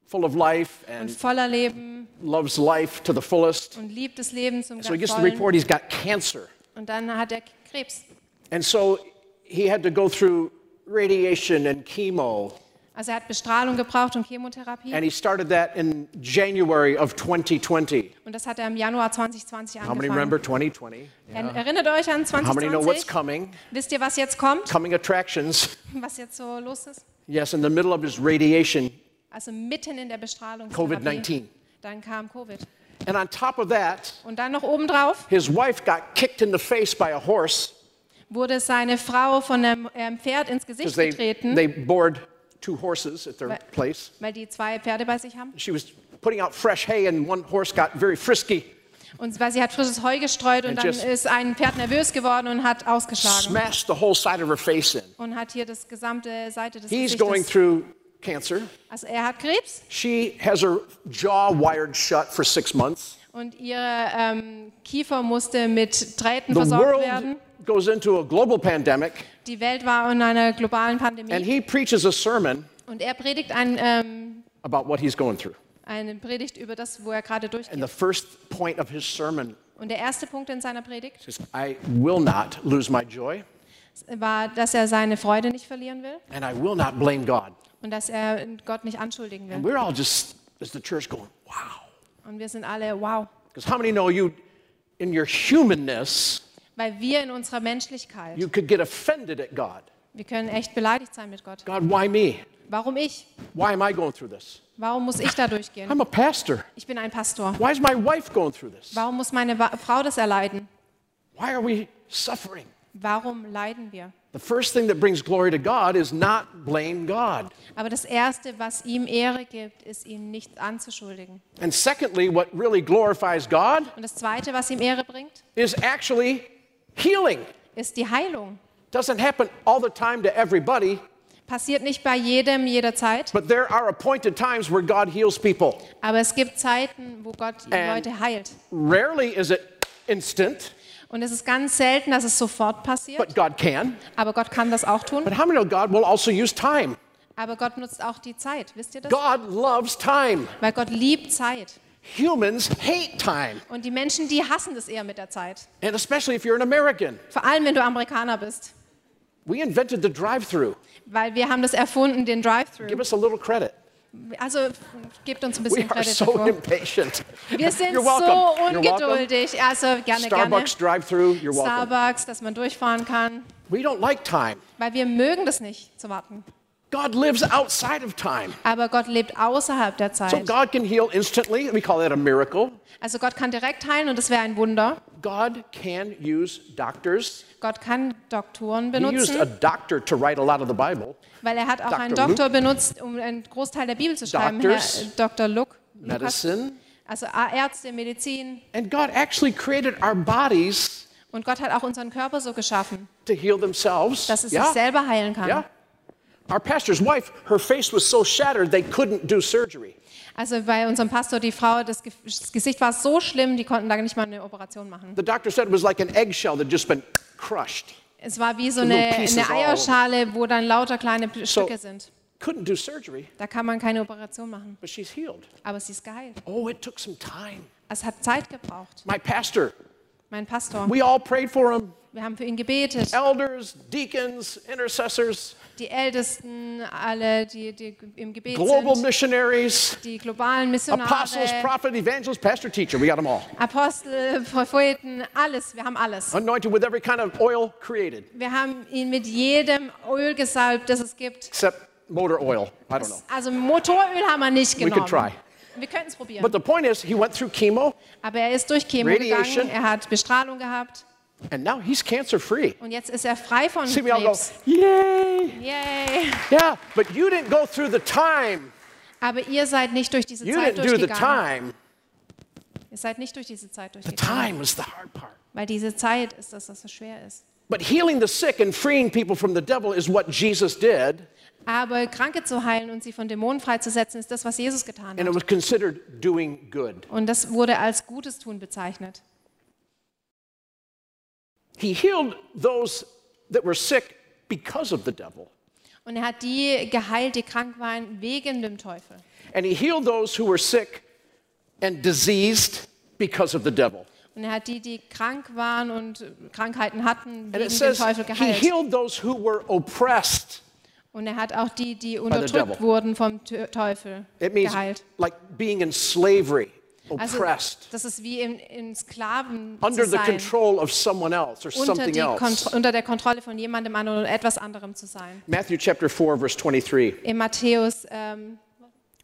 S1: full of life,
S2: und
S1: and
S2: voller Leben
S1: loves life to the fullest.
S2: und liebt das Leben zum
S1: So he
S2: ganz
S1: gets the
S2: vollen.
S1: report he's got cancer.
S2: Und dann hat er Krebs.
S1: And so he had to go through radiation and chemo.
S2: Also er hat Bestrahlung gebraucht und Chemotherapie.
S1: And he started that in January of 2020.
S2: Und das hat er im Januar 2020
S1: How many
S2: angefangen.
S1: remember 2020?
S2: Er- Erinnert euch an
S1: How many know what's
S2: 2020?
S1: coming?
S2: Wisst ihr, was jetzt kommt?
S1: Coming attractions.
S2: Was jetzt so los ist?
S1: Yes, in the middle of his radiation,
S2: Also mitten in der Bestrahlung.
S1: COVID-19.
S2: Dann kam Covid.
S1: And on top of that,
S2: Und dann noch obendrauf
S1: his wife got kicked in the face by a horse
S2: wurde seine Frau von einem ähm, Pferd ins
S1: because
S2: Gesicht
S1: they,
S2: getreten,
S1: they board two horses at their
S2: Right.
S1: place.
S2: weil die zwei Pferde bei sich haben.
S1: She was putting out fresh hay, and one horse got very frisky,
S2: Und weil sie hat frisches Heu gestreut und
S1: And
S2: dann
S1: just-
S2: ist ein Pferd nervös geworden und hat ausgeschlagen
S1: smashed the whole side of her face in.
S2: und hat hier das gesamte Seite des
S1: He's
S2: Gesichtes.
S1: going through cancer.
S2: also er hat Krebs
S1: She has her jaw wired shut for six months.
S2: und ihre ähm, Kiefer musste mit Drähten
S1: The
S2: versorgt
S1: world
S2: werden.
S1: goes into a global pandemic,
S2: Die Welt war in einer globalen
S1: and
S2: Pandemie
S1: he preaches a sermon
S2: und er predigt ein, ähm,
S1: about what he's going through.
S2: eine Predigt über das, wo er gerade durchgeht.
S1: And the first point of his sermon
S2: Und der erste Punkt in seiner Predigt
S1: is I will not lose my joy,
S2: war, dass er seine Freude nicht verlieren will
S1: and I will not blame God.
S2: und dass er Gott nicht anschuldigen
S1: And
S2: will.
S1: we're all just, as the church, going, wow.
S2: Und wir sind alle, wow.
S1: Because how many know you, in your humanness,
S2: Weil wir in unserer Menschlichkeit,
S1: you could get offended at God?
S2: wir können echt beleidigt sein mit Gott.
S1: God, why me?
S2: Warum ich?
S1: Why am I going through this?
S2: Warum muss ich da durchgehen?
S1: I'm a pastor.
S2: Ich bin ein Pastor.
S1: Why is my wife going through this?
S2: Warum muss meine Wa Frau das erleiden?
S1: Why are we suffering?
S2: Warum leiden wir?
S1: The first thing that brings glory to God is not blame God.
S2: Aber das Erste, was ihm Ehre gibt, ist, ihn nicht anzuschuldigen.
S1: And secondly, what really glorifies God
S2: Und das Zweite, was ihm Ehre bringt,
S1: is actually healing.
S2: ist die Heilung.
S1: Doesn't happen all the time to everybody,
S2: Passiert nicht bei jedem, jederzeit,
S1: but there are appointed times where God heals people.
S2: aber es gibt Zeiten, wo Gott die
S1: And-
S2: Leute heilt.
S1: Rarely is it instant,
S2: Und es ist ganz selten, dass es sofort passiert,
S1: but God can.
S2: aber Gott kann das auch tun.
S1: But how many know God will also use time?
S2: Aber Gott nutzt auch die Zeit, wisst ihr das?
S1: God loves time.
S2: Weil Gott liebt Zeit.
S1: Humans hate time,
S2: Und die Menschen, die hassen das eher mit der Zeit.
S1: and especially if you're an American.
S2: Vor allem, wenn du Amerikaner bist.
S1: We invented the drive-through.
S2: Weil wir haben das erfunden, den Drive-Thru.
S1: Give us a little credit.
S2: Also gebt uns ein
S1: We
S2: bisschen
S1: are
S2: Credit
S1: so
S2: dafür.
S1: impatient.
S2: Wir sind
S1: You're welcome.
S2: so
S1: You're welcome.
S2: ungeduldig. Also gerne, gerne.
S1: Starbucks drive-through, you're welcome.
S2: Starbucks, dass man durchfahren kann.
S1: We don't like time.
S2: Weil wir mögen das nicht zu warten.
S1: God lives outside of time.
S2: Aber Gott lebt außerhalb der
S1: So
S2: Zeit.
S1: God can heal instantly. We call that a miracle.
S2: Also Gott kann direkt heilen und das wäre ein Wunder.
S1: God can use doctors.
S2: Gott kann Doktoren
S1: He used a
S2: benutzen,
S1: doctor to write a lot of the Bible.
S2: weil er hat auch einen
S1: Dr. Luke.
S2: Doktor benutzt, um einen Großteil der Bibel zu schreiben. Herr,
S1: Doctors.
S2: äh, Dr. Luke. Lukas.
S1: Medicine.
S2: Also Ä- Ärzte, Medizin.
S1: And God actually created our bodies
S2: Und Gott hat auch unseren Körper so geschaffen,
S1: to heal themselves.
S2: dass es sich
S1: yeah.
S2: selber heilen kann.
S1: yeah. Our pastor's wife, her face was so shattered they couldn't do surgery.
S2: Also bei unserem Pastor, die Frau, das, Ge das Gesicht war so schlimm, die konnten da nicht mal eine Operation machen.
S1: The doctor said it was like an eggshell that had just been crushed.
S2: Es war wie so
S1: Little
S2: eine,
S1: pieces
S2: eine
S1: all over.
S2: Eierschale, wo dann lauter kleine Pl-
S1: So-
S2: Stücke sind.
S1: Couldn't do surgery,
S2: Da kann man keine Operation machen.
S1: but she's healed.
S2: Aber sie ist geheilt.
S1: Oh, it took some time.
S2: Es hat Zeit gebraucht.
S1: My pastor,
S2: Mein Pastor,
S1: we all prayed for him.
S2: wir haben für ihn gebetet.
S1: Elders, deacons, intercessors,
S2: Die Ältesten, alle, die, die im Gebet
S1: global
S2: sind,
S1: missionaries,
S2: die globalen
S1: apostles,
S2: Missionare,
S1: prophet, evangelist, pastor, teacher. We got them all.
S2: Apostel, Propheten, alles. Wir haben alles.
S1: Anointed with every kind of oil created,
S2: Wir haben ihn mit jedem Öl gesalbt, das es gibt.
S1: except motor oil. I don't know.
S2: Also Motoröl haben wir nicht
S1: We
S2: genommen.
S1: could try.
S2: Wir könnten es probieren.
S1: But the point is, he went through chemo,
S2: Aber er ist durch Chemo
S1: Radiation.
S2: gegangen, er hat Bestrahlung gehabt
S1: and now he's cancer free.
S2: und jetzt ist er frei von
S1: See, we all go,
S2: Krebs.
S1: yay!
S2: Yay!
S1: Yeah, but you didn't go through the time.
S2: Aber ihr seid nicht durch diese
S1: You
S2: Zeit
S1: didn't do the
S2: durchgegangen.
S1: time.
S2: Ihr seid nicht durch diese Zeit durchgegangen.
S1: Time was the hard part.
S2: Weil diese Zeit ist das, was so schwer ist.
S1: But healing the sick and freeing people from the devil is what Jesus did,
S2: Aber Kranke zu heilen und sie von Dämonen freizusetzen, ist das, was Jesus getan
S1: and it
S2: hat.
S1: was considered doing good.
S2: Und das wurde als gutes Tun bezeichnet.
S1: He healed those that were sick because of the devil,
S2: Und er hat die geheilt, die krank waren, wegen dem Teufel.
S1: and he healed those who were sick and diseased because of the devil.
S2: Und er hat die, die krank waren und Krankheiten hatten,
S1: And it
S2: wegen dem
S1: says
S2: Teufel
S1: he
S2: geheilt.
S1: healed those who were oppressed.
S2: Und er hat auch die, die
S1: devil.
S2: unterdrückt wurden vom Teu- Teufel,
S1: It means
S2: geheilt.
S1: like being in slavery,
S2: Also,
S1: oppressed,
S2: das ist wie in, in Sklaven
S1: under
S2: zu
S1: the
S2: sein,
S1: control of someone else or
S2: unter,
S1: something
S2: die
S1: else.
S2: Kontro- unter der Kontrolle von jemandem anderen oder etwas anderem zu sein.
S1: Matthew chapter 4, verse 23.
S2: In Matthäus ähm,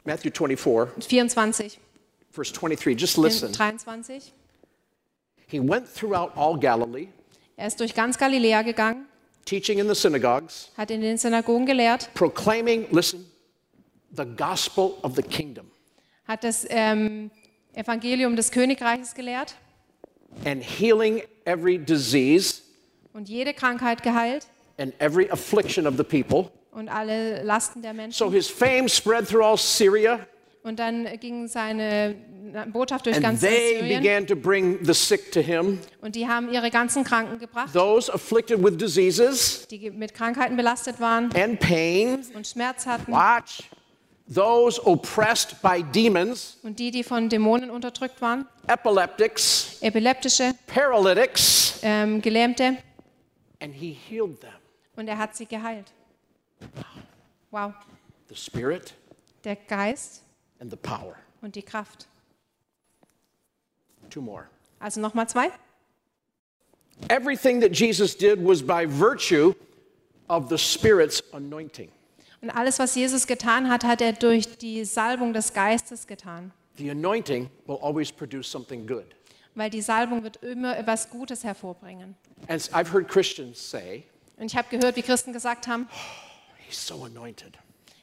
S1: Matthew 24,
S2: 24,
S1: verse 23. Just
S2: in
S1: listen.
S2: 23.
S1: He went throughout all Galilee,
S2: Er ist durch ganz Galiläa gegangen,
S1: teaching in the synagogues,
S2: hat in den Synagogen gelehrt,
S1: proclaiming, listen, the gospel of the kingdom,
S2: hat das ähm, Evangelium des Königreiches gelehrt
S1: and healing every disease
S2: und jede Krankheit geheilt
S1: and every affliction of the people.
S2: und alle Lasten der Menschen.
S1: So his fame spread through all Syria,
S2: Und dann ging seine Botschaft durch
S1: and
S2: ganz
S1: they
S2: Syrien
S1: began to bring the sick to him,
S2: und die haben ihre ganzen Kranken gebracht,
S1: those afflicted with diseases
S2: die mit Krankheiten belastet waren
S1: and pain.
S2: und Schmerz hatten
S1: Watch. Those oppressed by demons,
S2: und die, die von Dämonen unterdrückt waren,
S1: epileptics,
S2: Epileptische,
S1: paralytics.
S2: ähm, Gelähmte
S1: and he healed them.
S2: und er hat sie geheilt. Wow,
S1: The Spirit
S2: der Geist
S1: and the power.
S2: und die Kraft.
S1: Two more.
S2: Also nochmal zwei.
S1: Everything that Jesus did was by virtue of the Spirit's anointing.
S2: Und alles, was Jesus getan hat, hat er durch die Salbung des Geistes getan.
S1: The anointing will always produce something good.
S2: Weil die Salbung wird immer etwas Gutes hervorbringen.
S1: And s- I've heard Christians say,
S2: Und ich habe gehört, wie Christen gesagt haben,
S1: He's so anointed.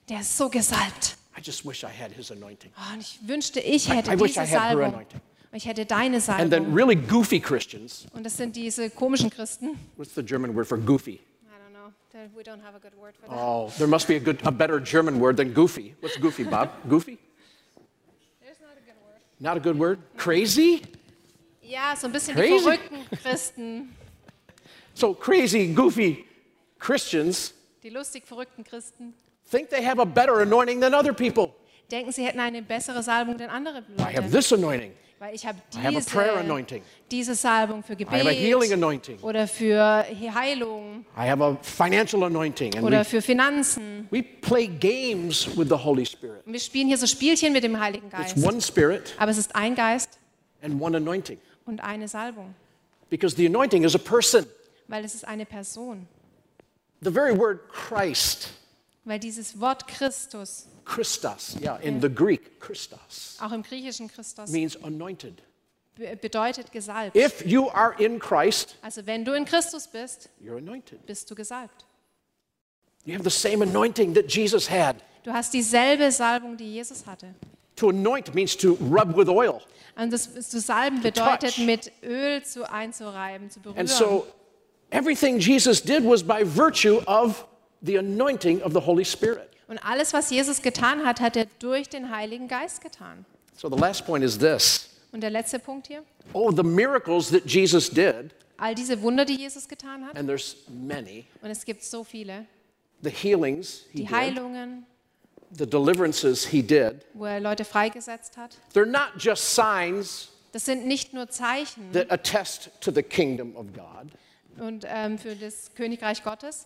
S2: der ist so gesalbt.
S1: I just wish I had his anointing.
S2: Oh, und ich wünschte, ich hätte
S1: I wish I
S2: diese
S1: had her
S2: Salbung.
S1: anointing.
S2: Und ich hätte deine
S1: And
S2: Salbung.
S1: then really goofy Christians,
S2: Und das sind diese komischen Christen.
S1: what's the German word for goofy?
S2: I don't know. We don't have a good word for that.
S1: Oh, there must be a good a better German word than goofy. What's goofy, Bob? Goofy? Oh.
S2: There's not a good word.
S1: Not a good word? Crazy?
S2: Ja, so ein bisschen
S1: Crazy.
S2: die verrückten Christen,
S1: So crazy, goofy Christians
S2: die lustig verrückten Christen,
S1: think they have a better anointing than other people.
S2: denken, sie hätten eine bessere Salbung denn andere
S1: I have
S2: Leute.
S1: this anointing.
S2: Weil ich habe
S1: have a prayer
S2: diese,
S1: anointing.
S2: diese Salbung für Gebet
S1: I have a healing anointing.
S2: oder für Heilung
S1: I have a financial anointing. And
S2: oder
S1: we,
S2: für Finanzen.
S1: we play games with the Holy Spirit.
S2: Und wir spielen hier so Spielchen mit dem Heiligen
S1: It's
S2: Geist.
S1: one spirit
S2: Aber es ist ein Geist
S1: and one anointing
S2: und eine Salbung,
S1: because the anointing is a person.
S2: weil es ist eine Person.
S1: The very word Christ
S2: Weil dieses Wort Christus,
S1: Christos, yeah, in the Greek, Christos,
S2: auch im griechischen Christus,
S1: means anointed.
S2: be- bedeutet gesalbt.
S1: If you are in Christ,
S2: Also wenn du in Christus bist,
S1: you're anointed.
S2: bist du gesalbt.
S1: You have the same anointing that Jesus had.
S2: Du hast dieselbe Salbung, die Jesus hatte.
S1: To anoint means to rub with oil.
S2: Und das zu salben bedeutet, mit Öl zu einzureiben, zu berühren.
S1: And so everything Jesus did was by virtue of the anointing of the Holy Spirit.
S2: Und alles, was Jesus getan hat, hat er durch den Heiligen Geist getan.
S1: So the last point is this
S2: Und der letzte Punkt hier,
S1: oh, the miracles that Jesus did,
S2: all diese Wunder, die Jesus getan hat,
S1: and there's many,
S2: und es gibt so viele,
S1: the healings he
S2: die
S1: did,
S2: Heilungen,
S1: the deliverances he did,
S2: wo er Leute freigesetzt hat,
S1: they're not just signs
S2: das sind nicht nur Zeichen
S1: that attest to the kingdom of God,
S2: und, ähm, für das Königreich Gottes,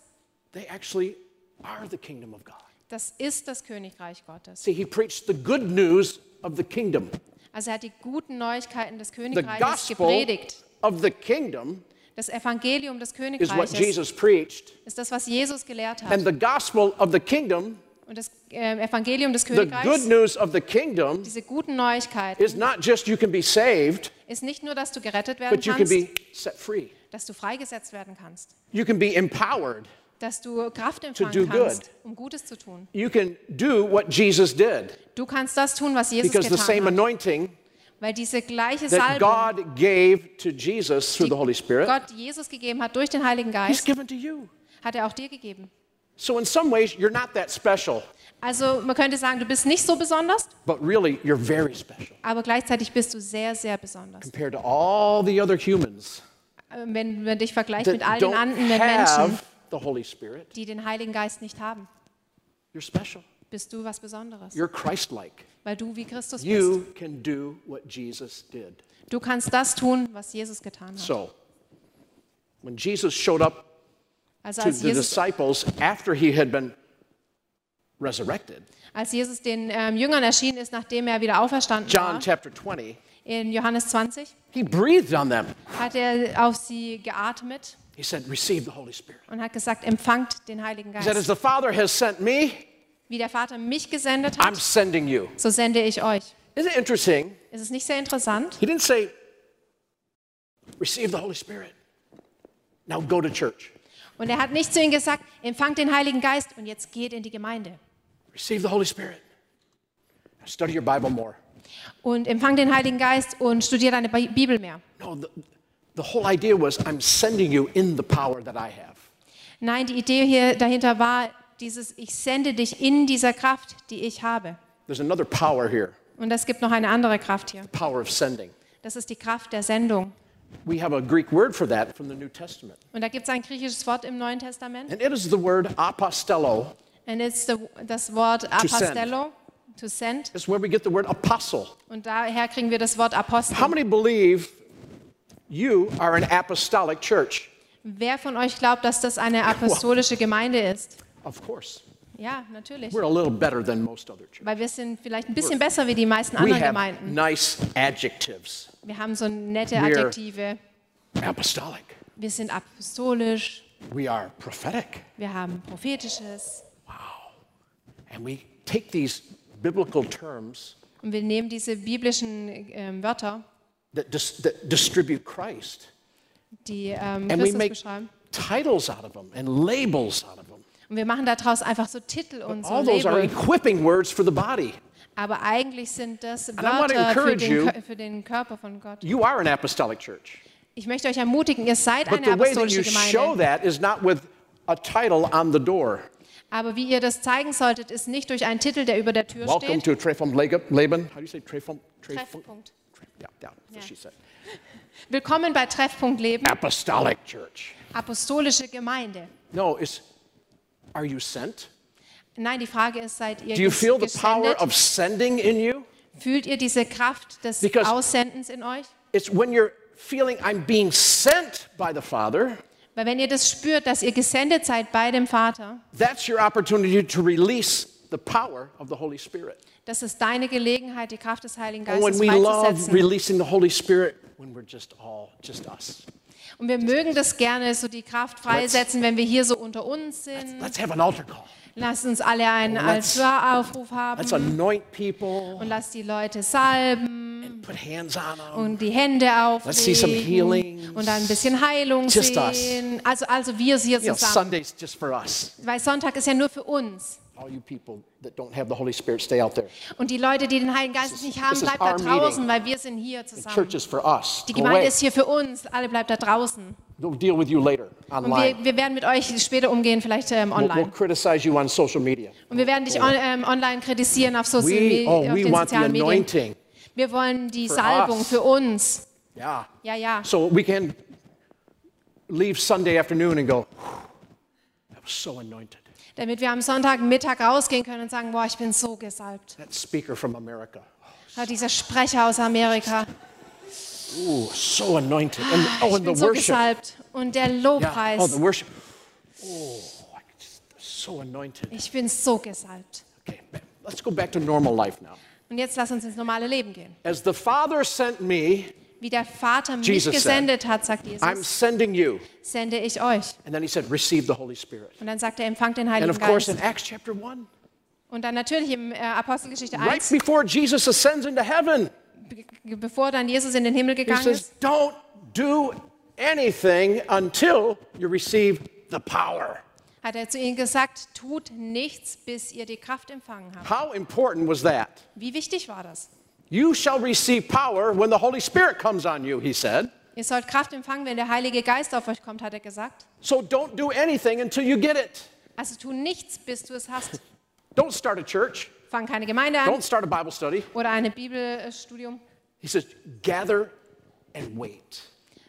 S1: they actually are the kingdom of God.
S2: das ist das Königreich Gottes.
S1: See, he preached the good news of the kingdom.
S2: Also er hat die guten Neuigkeiten des
S1: The
S2: Königreiches
S1: gospel
S2: gepredigt.
S1: of the kingdom
S2: Das Evangelium des
S1: is what
S2: Königreiches
S1: Jesus preached,
S2: ist das, was Jesus gelehrt hat.
S1: and the gospel of the kingdom,
S2: Und das ähm, Evangelium des
S1: the good
S2: Königreichs,
S1: news of the kingdom,
S2: diese guten Neuigkeiten,
S1: is not just you can be saved,
S2: ist nicht nur, dass du gerettet werden
S1: but you can
S2: kannst,
S1: be set free.
S2: dass du freigesetzt werden kannst,
S1: You can be empowered.
S2: dass du Kraft empfangen
S1: do
S2: kannst, um Gutes zu tun.
S1: You can do what Jesus did
S2: Du kannst das tun, was Jesus
S1: because the same
S2: getan hat,
S1: anointing
S2: weil diese gleiche
S1: that
S2: Salbung,
S1: God gave to Jesus through
S2: die
S1: the Holy Spirit,
S2: Gott Jesus gegeben hat durch den Heiligen
S1: He's
S2: Geist,
S1: given to you.
S2: hat er auch dir gegeben.
S1: So, in some ways, you're not that special,
S2: Also man könnte sagen, du bist nicht so besonders,
S1: but really, you're very special
S2: aber gleichzeitig bist du sehr, sehr besonders.
S1: compared to all the other humans
S2: Äh, Wenn man dich vergleicht mit all
S1: that
S2: den
S1: don't
S2: anderen Menschen,
S1: have the Holy Spirit.
S2: die den Heiligen Geist nicht haben,
S1: You're special.
S2: bist du was Besonderes,
S1: You're Christ like.
S2: weil du wie Christus bist.
S1: You can do what Jesus did.
S2: Du kannst das tun, was Jesus getan hat.
S1: So, when Jesus showed up
S2: Also
S1: to
S2: als
S1: the
S2: Jesus,
S1: disciples after he had been resurrected,
S2: als Jesus den ähm, Jüngern erschienen ist, nachdem er wieder auferstanden
S1: John
S2: war,
S1: chapter 20,
S2: in Johannes 20,
S1: he breathed on them.
S2: hat er auf sie geatmet
S1: He said, Receive the Holy Spirit.
S2: und hat gesagt, empfangt den Heiligen
S1: He said, As
S2: Geist.
S1: the Father has sent me,
S2: Wie der Vater mich gesendet
S1: I'm
S2: hat,
S1: sending you.
S2: so sende ich euch.
S1: Isn't it interesting?
S2: Ist es nicht sehr interessant?
S1: He didn't say, Receive the Holy Spirit. Now go to church.
S2: Und er hat nicht zu ihnen gesagt, empfangt den Heiligen Geist und jetzt geht in die Gemeinde.
S1: Receive the Holy Spirit. Now study your Bible more.
S2: Und empfangt den Heiligen Geist und studiert deine Bi- Bibel mehr.
S1: No, the, the whole idea was I'm sending you in the power that I have.
S2: Nein, die Idee hier dahinter war dieses, ich sende dich in dieser Kraft, die ich habe.
S1: There's another power here,
S2: Und es gibt noch eine andere Kraft hier.
S1: power of sending.
S2: Das ist die Kraft der Sendung.
S1: We have a Greek word for that from the New Testament,
S2: Und da gibt es ein griechisches Wort im Neuen Testament.
S1: and it is the word apostello.
S2: Und it's the, das Wort Apostello, to send.
S1: It's where we get the word apostle.
S2: Und daher kriegen wir das Wort
S1: How
S2: Apostel.
S1: many believe you are an apostolic church?
S2: Wer von euch glaubt, dass das eine apostolische Gemeinde ist?
S1: Of course.
S2: Ja, natürlich.
S1: We're a little better than most other churches.
S2: Weil wir sind vielleicht ein bisschen besser wie die meisten
S1: We
S2: anderen
S1: have
S2: Gemeinden.
S1: nice adjectives.
S2: Wir haben so nette
S1: We're-
S2: Adjektive.
S1: Apostolic.
S2: Wir sind apostolisch,
S1: We are prophetic.
S2: wir haben prophetisches.
S1: And we take these biblical terms
S2: Und wir nehmen diese biblischen ähm, Wörter,
S1: that, dis- that distribute Christ.
S2: die ähm,
S1: And we
S2: Christus
S1: make
S2: beschreiben.
S1: titles out of them and labels out of them.
S2: Und wir machen daraus einfach so Titel und so
S1: All those are
S2: Label.
S1: equipping words for the body.
S2: Aber eigentlich sind das
S1: I wanna
S2: Wörter für
S1: encourage
S2: den,
S1: you-
S2: Kö- für den Körper von Gott.
S1: You are an apostolic church.
S2: Ich möchte euch ermutigen, ihr seid
S1: But
S2: eine
S1: the way that
S2: apostolische
S1: you show
S2: Gemeinde.
S1: that is not with a title on the door.
S2: Aber wie ihr das zeigen solltet, ist nicht durch einen Titel, der über der Tür
S1: Welcome
S2: steht.
S1: to Trefum Laban. How do you say Trefum? Trefum?
S2: Treffpunkt.
S1: Yeah, yeah, that's what she said.
S2: Willkommen bei Treffpunkt Leben,
S1: Apostolic church.
S2: apostolische Gemeinde.
S1: No, it's are you sent?
S2: Nein, die Frage ist, seid ihr
S1: Do you
S2: ges-
S1: feel the power
S2: gesendet?
S1: of sending in you?
S2: Fühlt ihr diese Kraft des
S1: Because-
S2: Aussendens in euch?
S1: It's when you're feeling I'm being sent by the Father,
S2: Weil wenn ihr das spürt, dass ihr gesendet seid bei dem Vater,
S1: that's your opportunity to release the power of the Holy Spirit.
S2: das ist deine Gelegenheit, die Kraft des Heiligen
S1: And when
S2: Geistes
S1: we love
S2: freizusetzen.
S1: releasing the Holy Spirit, when we're just all, just us.
S2: Und wir mögen das gerne, so die Kraft freisetzen, wenn wir hier so unter uns sind.
S1: Let's have an altar call.
S2: Lasst uns alle einen
S1: Let's-
S2: Altaraufruf
S1: Let's
S2: haben
S1: anoint people
S2: und lasst die Leute salben
S1: and put hands on them.
S2: und die Hände
S1: Let's see some
S2: auflegen
S1: healings.
S2: und dann ein bisschen Heilung
S1: Just us.
S2: sehen. Also, also wir hier
S1: You know,
S2: zusammen.
S1: Sunday's just for us.
S2: Weil Sonntag ist ja nur für uns.
S1: All you people that don't have the Holy Spirit, stay out there.
S2: Und die Leute, die den Heiligen Geist
S1: is-
S2: nicht haben,
S1: this is
S2: bleibt da
S1: our
S2: draußen,
S1: meeting.
S2: weil wir sind hier
S1: The
S2: zusammen.
S1: church is for us.
S2: Die
S1: Go
S2: Gemeinde
S1: away.
S2: ist hier für uns, alle bleibt da draußen.
S1: We'll deal with you later
S2: Und
S1: online.
S2: wir, wir werden mit euch später umgehen, vielleicht ähm,
S1: We'll, we'll
S2: online.
S1: criticize you on social media.
S2: Und wir werden dich on, ähm, online kritisieren auf, Social
S1: We,
S2: Media,
S1: oh,
S2: auf
S1: we
S2: den
S1: want the
S2: sozialen Medien.
S1: anointing.
S2: Wir wollen die
S1: For
S2: Salbung
S1: us.
S2: für uns.
S1: Yeah.
S2: Ja, ja.
S1: So we can leave Sunday afternoon and go, "Whew, that was so anointed.
S2: Damit wir am Sonntag Mittag rausgehen können und sagen, boah, ich bin so gesalbt.
S1: That speaker from America,
S2: Ja, dieser Sprecher aus Amerika,
S1: ooh, so anointed. And, oh,
S2: ich
S1: and the
S2: bin Ah, so
S1: worship.
S2: gesalbt. Und der
S1: Yeah. Oh, the
S2: Lobpreis,
S1: worship. Oh, I just- so anointed.
S2: ich bin so gesalbt.
S1: Okay, let's go back to normal life now.
S2: Und jetzt lass uns ins normale Leben gehen.
S1: As the Father sent me,
S2: Wie der Vater mich
S1: Jesus said,
S2: gesendet hat, sagt
S1: I'm
S2: Jesus,
S1: sending you.
S2: sende ich euch.
S1: And then he said, receive the Holy Spirit.
S2: Und dann sagt er, empfangt den
S1: And
S2: Heiligen
S1: of course,
S2: Geist.
S1: in Acts chapter 1,
S2: Und dann natürlich im äh, Apostelgeschichte
S1: right
S2: 1,
S1: before Jesus ascends into heaven,
S2: be- bevor dann Jesus in den Himmel
S1: he
S2: gegangen
S1: says,
S2: ist,
S1: don't do anything until you receive the power.
S2: hat er zu ihnen gesagt, tut nichts, bis ihr die Kraft empfangen habt.
S1: How important was that?
S2: Wie wichtig war das?
S1: You shall receive power when the Holy Spirit comes on you, he said.
S2: Ihr sollt Kraft empfangen, wenn der Heilige Geist auf euch kommt, hat er gesagt.
S1: So don't do anything until you get it.
S2: Also tu nichts, bis du es hast.
S1: Don't start a church.
S2: Fang keine Gemeinde an
S1: Don't start a Bible study.
S2: oder ein Bibelstudium,
S1: He says, gather and wait,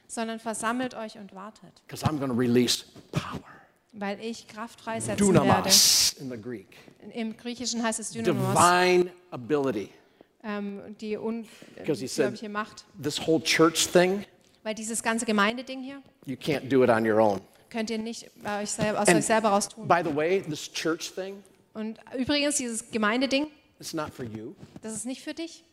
S2: sondern versammelt euch und wartet,
S1: because I'm going to release power.
S2: weil ich Kraft freisetzen werde.
S1: Dunamas in the Greek.
S2: Im Griechischen heißt es Dynamos,
S1: Divine ability.
S2: ähm, die
S1: Because he said-
S2: unglaubliche Macht.
S1: This whole church thing,
S2: Weil dieses ganze Gemeindeding hier
S1: you can't do it on your own.
S2: könnt ihr nicht bei euch selber, aus
S1: And
S2: euch selber raus tun.
S1: By the way, this church thing,
S2: Und übrigens, dieses Gemeindeding,
S1: it's not for you.
S2: das ist nicht für dich.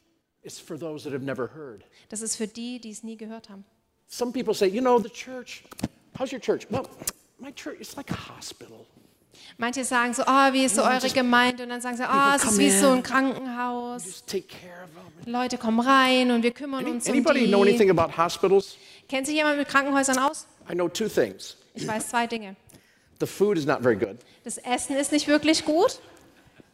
S1: It's for those that have never heard.
S2: Das ist für die, die es nie gehört haben.
S1: Some people say, you know, the church, how's your church? Well, my church, it's like a hospital.
S2: Manche sagen so, ah, wie ist so eure Gemeinde? Und dann sagen sie, ah, es ist
S1: come
S2: wie
S1: in.
S2: so ein Krankenhaus.
S1: Just take care of them.
S2: Leute kommen rein und wir kümmern uns um
S1: Anybody know
S2: die.
S1: anything about hospitals?
S2: Kennt sich jemand mit Krankenhäusern aus?
S1: I know two things.
S2: Ich weiß zwei Dinge.
S1: The food is not very good,
S2: Das Essen ist nicht wirklich gut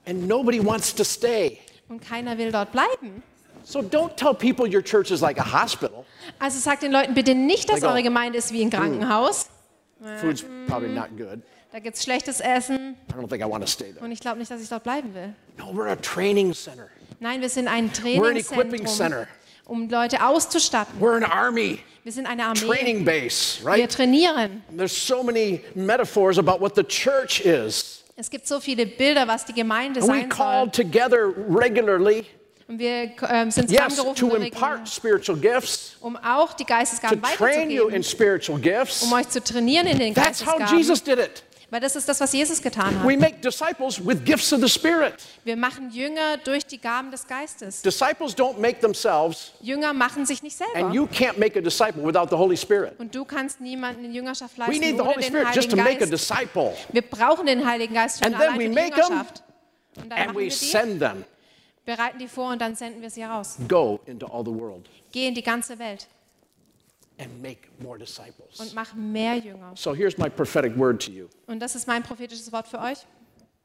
S1: and nobody wants to stay.
S2: und keiner will dort bleiben.
S1: So don't tell people your church is like a hospital.
S2: Also sagt den Leuten bitte nicht, dass
S1: Like a-
S2: eure Gemeinde ist
S1: Hm.
S2: wie ein Krankenhaus.
S1: Food's probably not good.
S2: Da gibt es schlechtes Essen
S1: I don't think I want to stay there.
S2: und ich glaube nicht, dass ich dort bleiben will.
S1: No, we're a training center.
S2: Nein, wir sind ein
S1: We're an equipping
S2: Trainingszentrum,
S1: center.
S2: um Leute auszustatten.
S1: We're an army
S2: Wir sind eine Armee.
S1: training base,
S2: Wir
S1: right?
S2: trainieren.
S1: There's so many metaphors about what the church is.
S2: Es gibt so viele Bilder, was die Gemeinde
S1: And we
S2: sein
S1: call
S2: soll.
S1: together regularly,
S2: Und wir ähm, sind
S1: yes,
S2: zusammengerufen,
S1: to
S2: um Regeln-
S1: impart spiritual gifts,
S2: um auch die
S1: to
S2: Geistesgaben
S1: train you in Oh
S2: weiterzugeben,
S1: spiritual gifts.
S2: um euch zu trainieren in den
S1: That's how
S2: Geistesgaben.
S1: Jesus did it.
S2: Weil das ist das, was Jesus getan hat.
S1: We make disciples with gifts of the Spirit.
S2: Wir machen Jünger durch die Gaben des Geistes.
S1: Disciples don't make themselves,
S2: Jünger machen sich nicht
S1: and
S2: selber.
S1: you can't make a disciple without the Holy Spirit.
S2: Und du kannst niemanden in Jüngerschaft
S1: We
S2: leisten
S1: need the
S2: ohne
S1: Holy
S2: den
S1: Spirit just to
S2: Heiligen
S1: make a
S2: Geist.
S1: disciple,
S2: Wir brauchen den Heiligen Geist schon
S1: And then
S2: allein
S1: we
S2: für die
S1: make 'em,
S2: Jüngerschaft. Und
S1: and
S2: dann machen
S1: we
S2: wir die,
S1: send them
S2: bereiten die vor und dann senden wir sie raus.
S1: go into all the world
S2: Geh in die ganze Welt
S1: and make more disciples.
S2: und mach mehr Jünger.
S1: So here's my prophetic word to you.
S2: Und das ist mein prophetisches Wort für euch.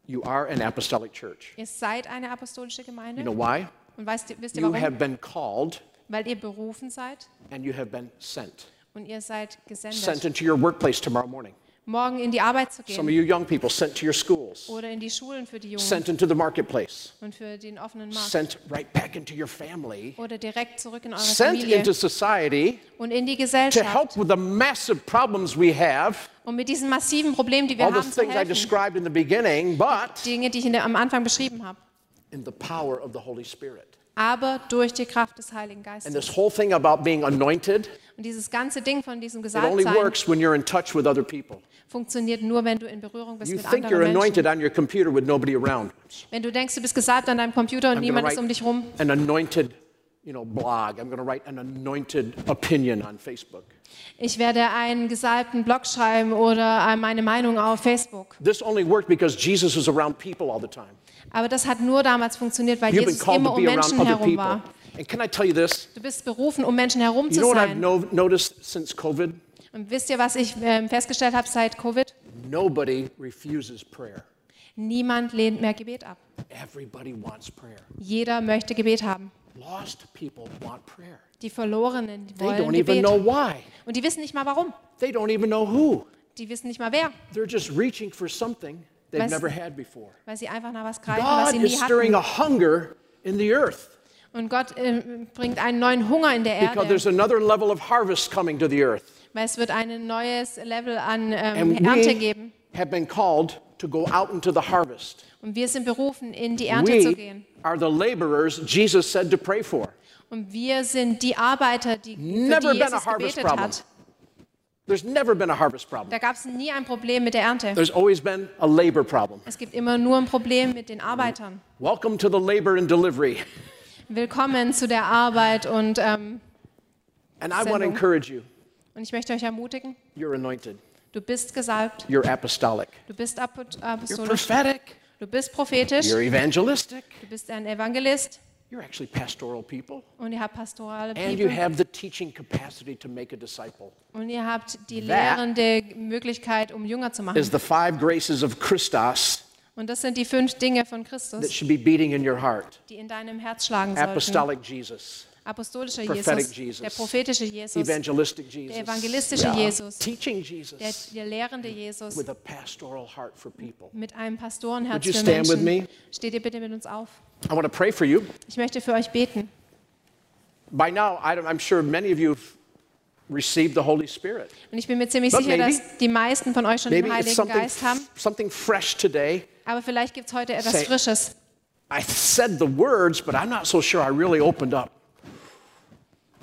S1: You are an apostolic church.
S2: Ihr seid eine apostolische
S1: You know
S2: Gemeinde.
S1: why?
S2: Und weißt, ihr- wisst ihr
S1: You
S2: warum?
S1: have been called
S2: Weil ihr berufen seid
S1: and you have been sent.
S2: und ihr seid
S1: Sent
S2: gesendet,
S1: into your workplace tomorrow morning.
S2: morgen in die Arbeit zu
S1: Some of
S2: gehen
S1: you young people sent to your schools,
S2: oder in die Schulen für die Jungen
S1: sent into the marketplace,
S2: und für den offenen Markt
S1: sent right back into your family,
S2: oder direkt zurück in eure
S1: sent
S2: Familie
S1: into society
S2: und in die
S1: to
S2: Gesellschaft,
S1: help with the massive problems we have,
S2: um mit diesen massiven Problemen, die wir
S1: all the
S2: haben, zu
S1: things I
S2: helfen.
S1: described in the beginning, but
S2: Dinge, die ich in der, am Anfang beschrieben habe,
S1: in the power of the Holy Spirit.
S2: aber durch die Kraft des Heiligen
S1: And
S2: Geistes.
S1: this whole thing about being anointed,
S2: Und dieses ganze Ding von diesem
S1: it only
S2: Gesalbtsein
S1: works when you're in touch with other people.
S2: funktioniert nur, wenn du in Berührung bist
S1: You
S2: mit
S1: think you're
S2: anderen Menschen.
S1: anointed on your computer with nobody around.
S2: Wenn du denkst, du bist gesalbt an deinem Computer und
S1: I'm gonna
S2: niemand ist
S1: write
S2: um dich rum,
S1: An anointed you know, blog. I'm going to write an anointed opinion on Facebook.
S2: Ich werde einen gesalbten Blog schreiben oder äh, meine Meinung auf Facebook.
S1: This only worked because Jesus was around people all the time.
S2: Aber das hat nur damals funktioniert, weil
S1: You've been
S2: Jesus
S1: called
S2: immer
S1: to
S2: um
S1: be around
S2: Menschen
S1: other
S2: herum
S1: people.
S2: war.
S1: And can I tell you this?
S2: Du bist berufen, um Menschen herum
S1: You
S2: zu
S1: know what I've
S2: sein.
S1: no- noticed since COVID?
S2: Und wisst ihr, was ich ähm, festgestellt habe seit Covid?
S1: Nobody refuses prayer.
S2: Niemand lehnt mehr Gebet ab.
S1: Everybody wants prayer.
S2: Jeder möchte Gebet haben.
S1: Lost people want prayer.
S2: Die Verlorenen die
S1: They
S2: wollen
S1: don't even
S2: Gebet.
S1: know why.
S2: Und die wissen nicht mal warum.
S1: They don't even know who.
S2: Die wissen nicht mal wer,
S1: They're just reaching for something they've
S2: Was-
S1: never had before.
S2: weil sie einfach nach was greifen, was
S1: God
S2: sie
S1: is
S2: nie
S1: stirring
S2: hatten.
S1: a hunger in the earth
S2: Und Gott ähm, bringt einen neuen Hunger in der
S1: because
S2: Erde,
S1: there's another level of harvest coming to the earth.
S2: weil es wird ein neues Level an
S1: And
S2: ähm, Ernte
S1: we
S2: geben.
S1: have been called to go out into the harvest.
S2: Und wir sind berufen, in die Ernte zu
S1: We
S2: gehen.
S1: are the laborers Jesus said to pray for.
S2: Und wir sind die Arbeiter, die, für
S1: Never
S2: die
S1: been a
S2: Jesus
S1: harvest
S2: gebetet
S1: problem.
S2: hat.
S1: There's never been a harvest problem.
S2: Da gab es nie ein Problem mit der Ernte.
S1: There's always been a labor problem.
S2: Es gibt immer nur ein Problem mit den Arbeitern.
S1: Welcome to the labor and delivery.
S2: Willkommen zu der Arbeit und, ähm,
S1: And I want to
S2: Sendung.
S1: encourage you.
S2: und ich möchte euch ermutigen,
S1: You're anointed.
S2: du bist gesalbt,
S1: You're apostolic.
S2: du bist apo-
S1: You're
S2: apostolisch,
S1: prophetic.
S2: du bist prophetisch,
S1: You're evangelistic.
S2: du bist ein Evangelist
S1: You're actually pastoral people.
S2: und ihr habt pastorale
S1: And you
S2: Bibel
S1: have the teaching capacity to make a disciple.
S2: und ihr habt die
S1: That-
S2: lehrende Möglichkeit, um jünger zu
S1: Is
S2: machen.
S1: the five graces of Christos
S2: Und das sind die fünf Dinge von
S1: that
S2: Christus,
S1: should be beating in your heart.
S2: die in deinem Herz schlagen sollten.
S1: Apostolic Jesus,
S2: Apostolischer
S1: prophetic
S2: Jesus,
S1: Jesus,
S2: der prophetische Jesus,
S1: evangelistic Jesus,
S2: evangelistische Jesus.
S1: teaching
S2: der,
S1: Jesus
S2: der lehrende Jesus
S1: with a pastoral heart for people.
S2: mit einem Pastorenherz
S1: Would you
S2: für
S1: stand with
S2: Menschen.
S1: me?
S2: Steht ihr bitte mit uns auf.
S1: I want to pray for you.
S2: Ich möchte für euch beten.
S1: By now, I don't- I'm sure many of you have received the Holy Spirit.
S2: Und ich bin mir ziemlich
S1: But
S2: sicher,
S1: maybe-
S2: dass die meisten von euch schon
S1: Maybe
S2: den
S1: it's
S2: Heiligen
S1: something,
S2: Geist haben.
S1: something fresh today.
S2: Aber vielleicht gibt es heute etwas
S1: Say-
S2: Frisches.
S1: I said the words, but I'm not so sure I really opened up.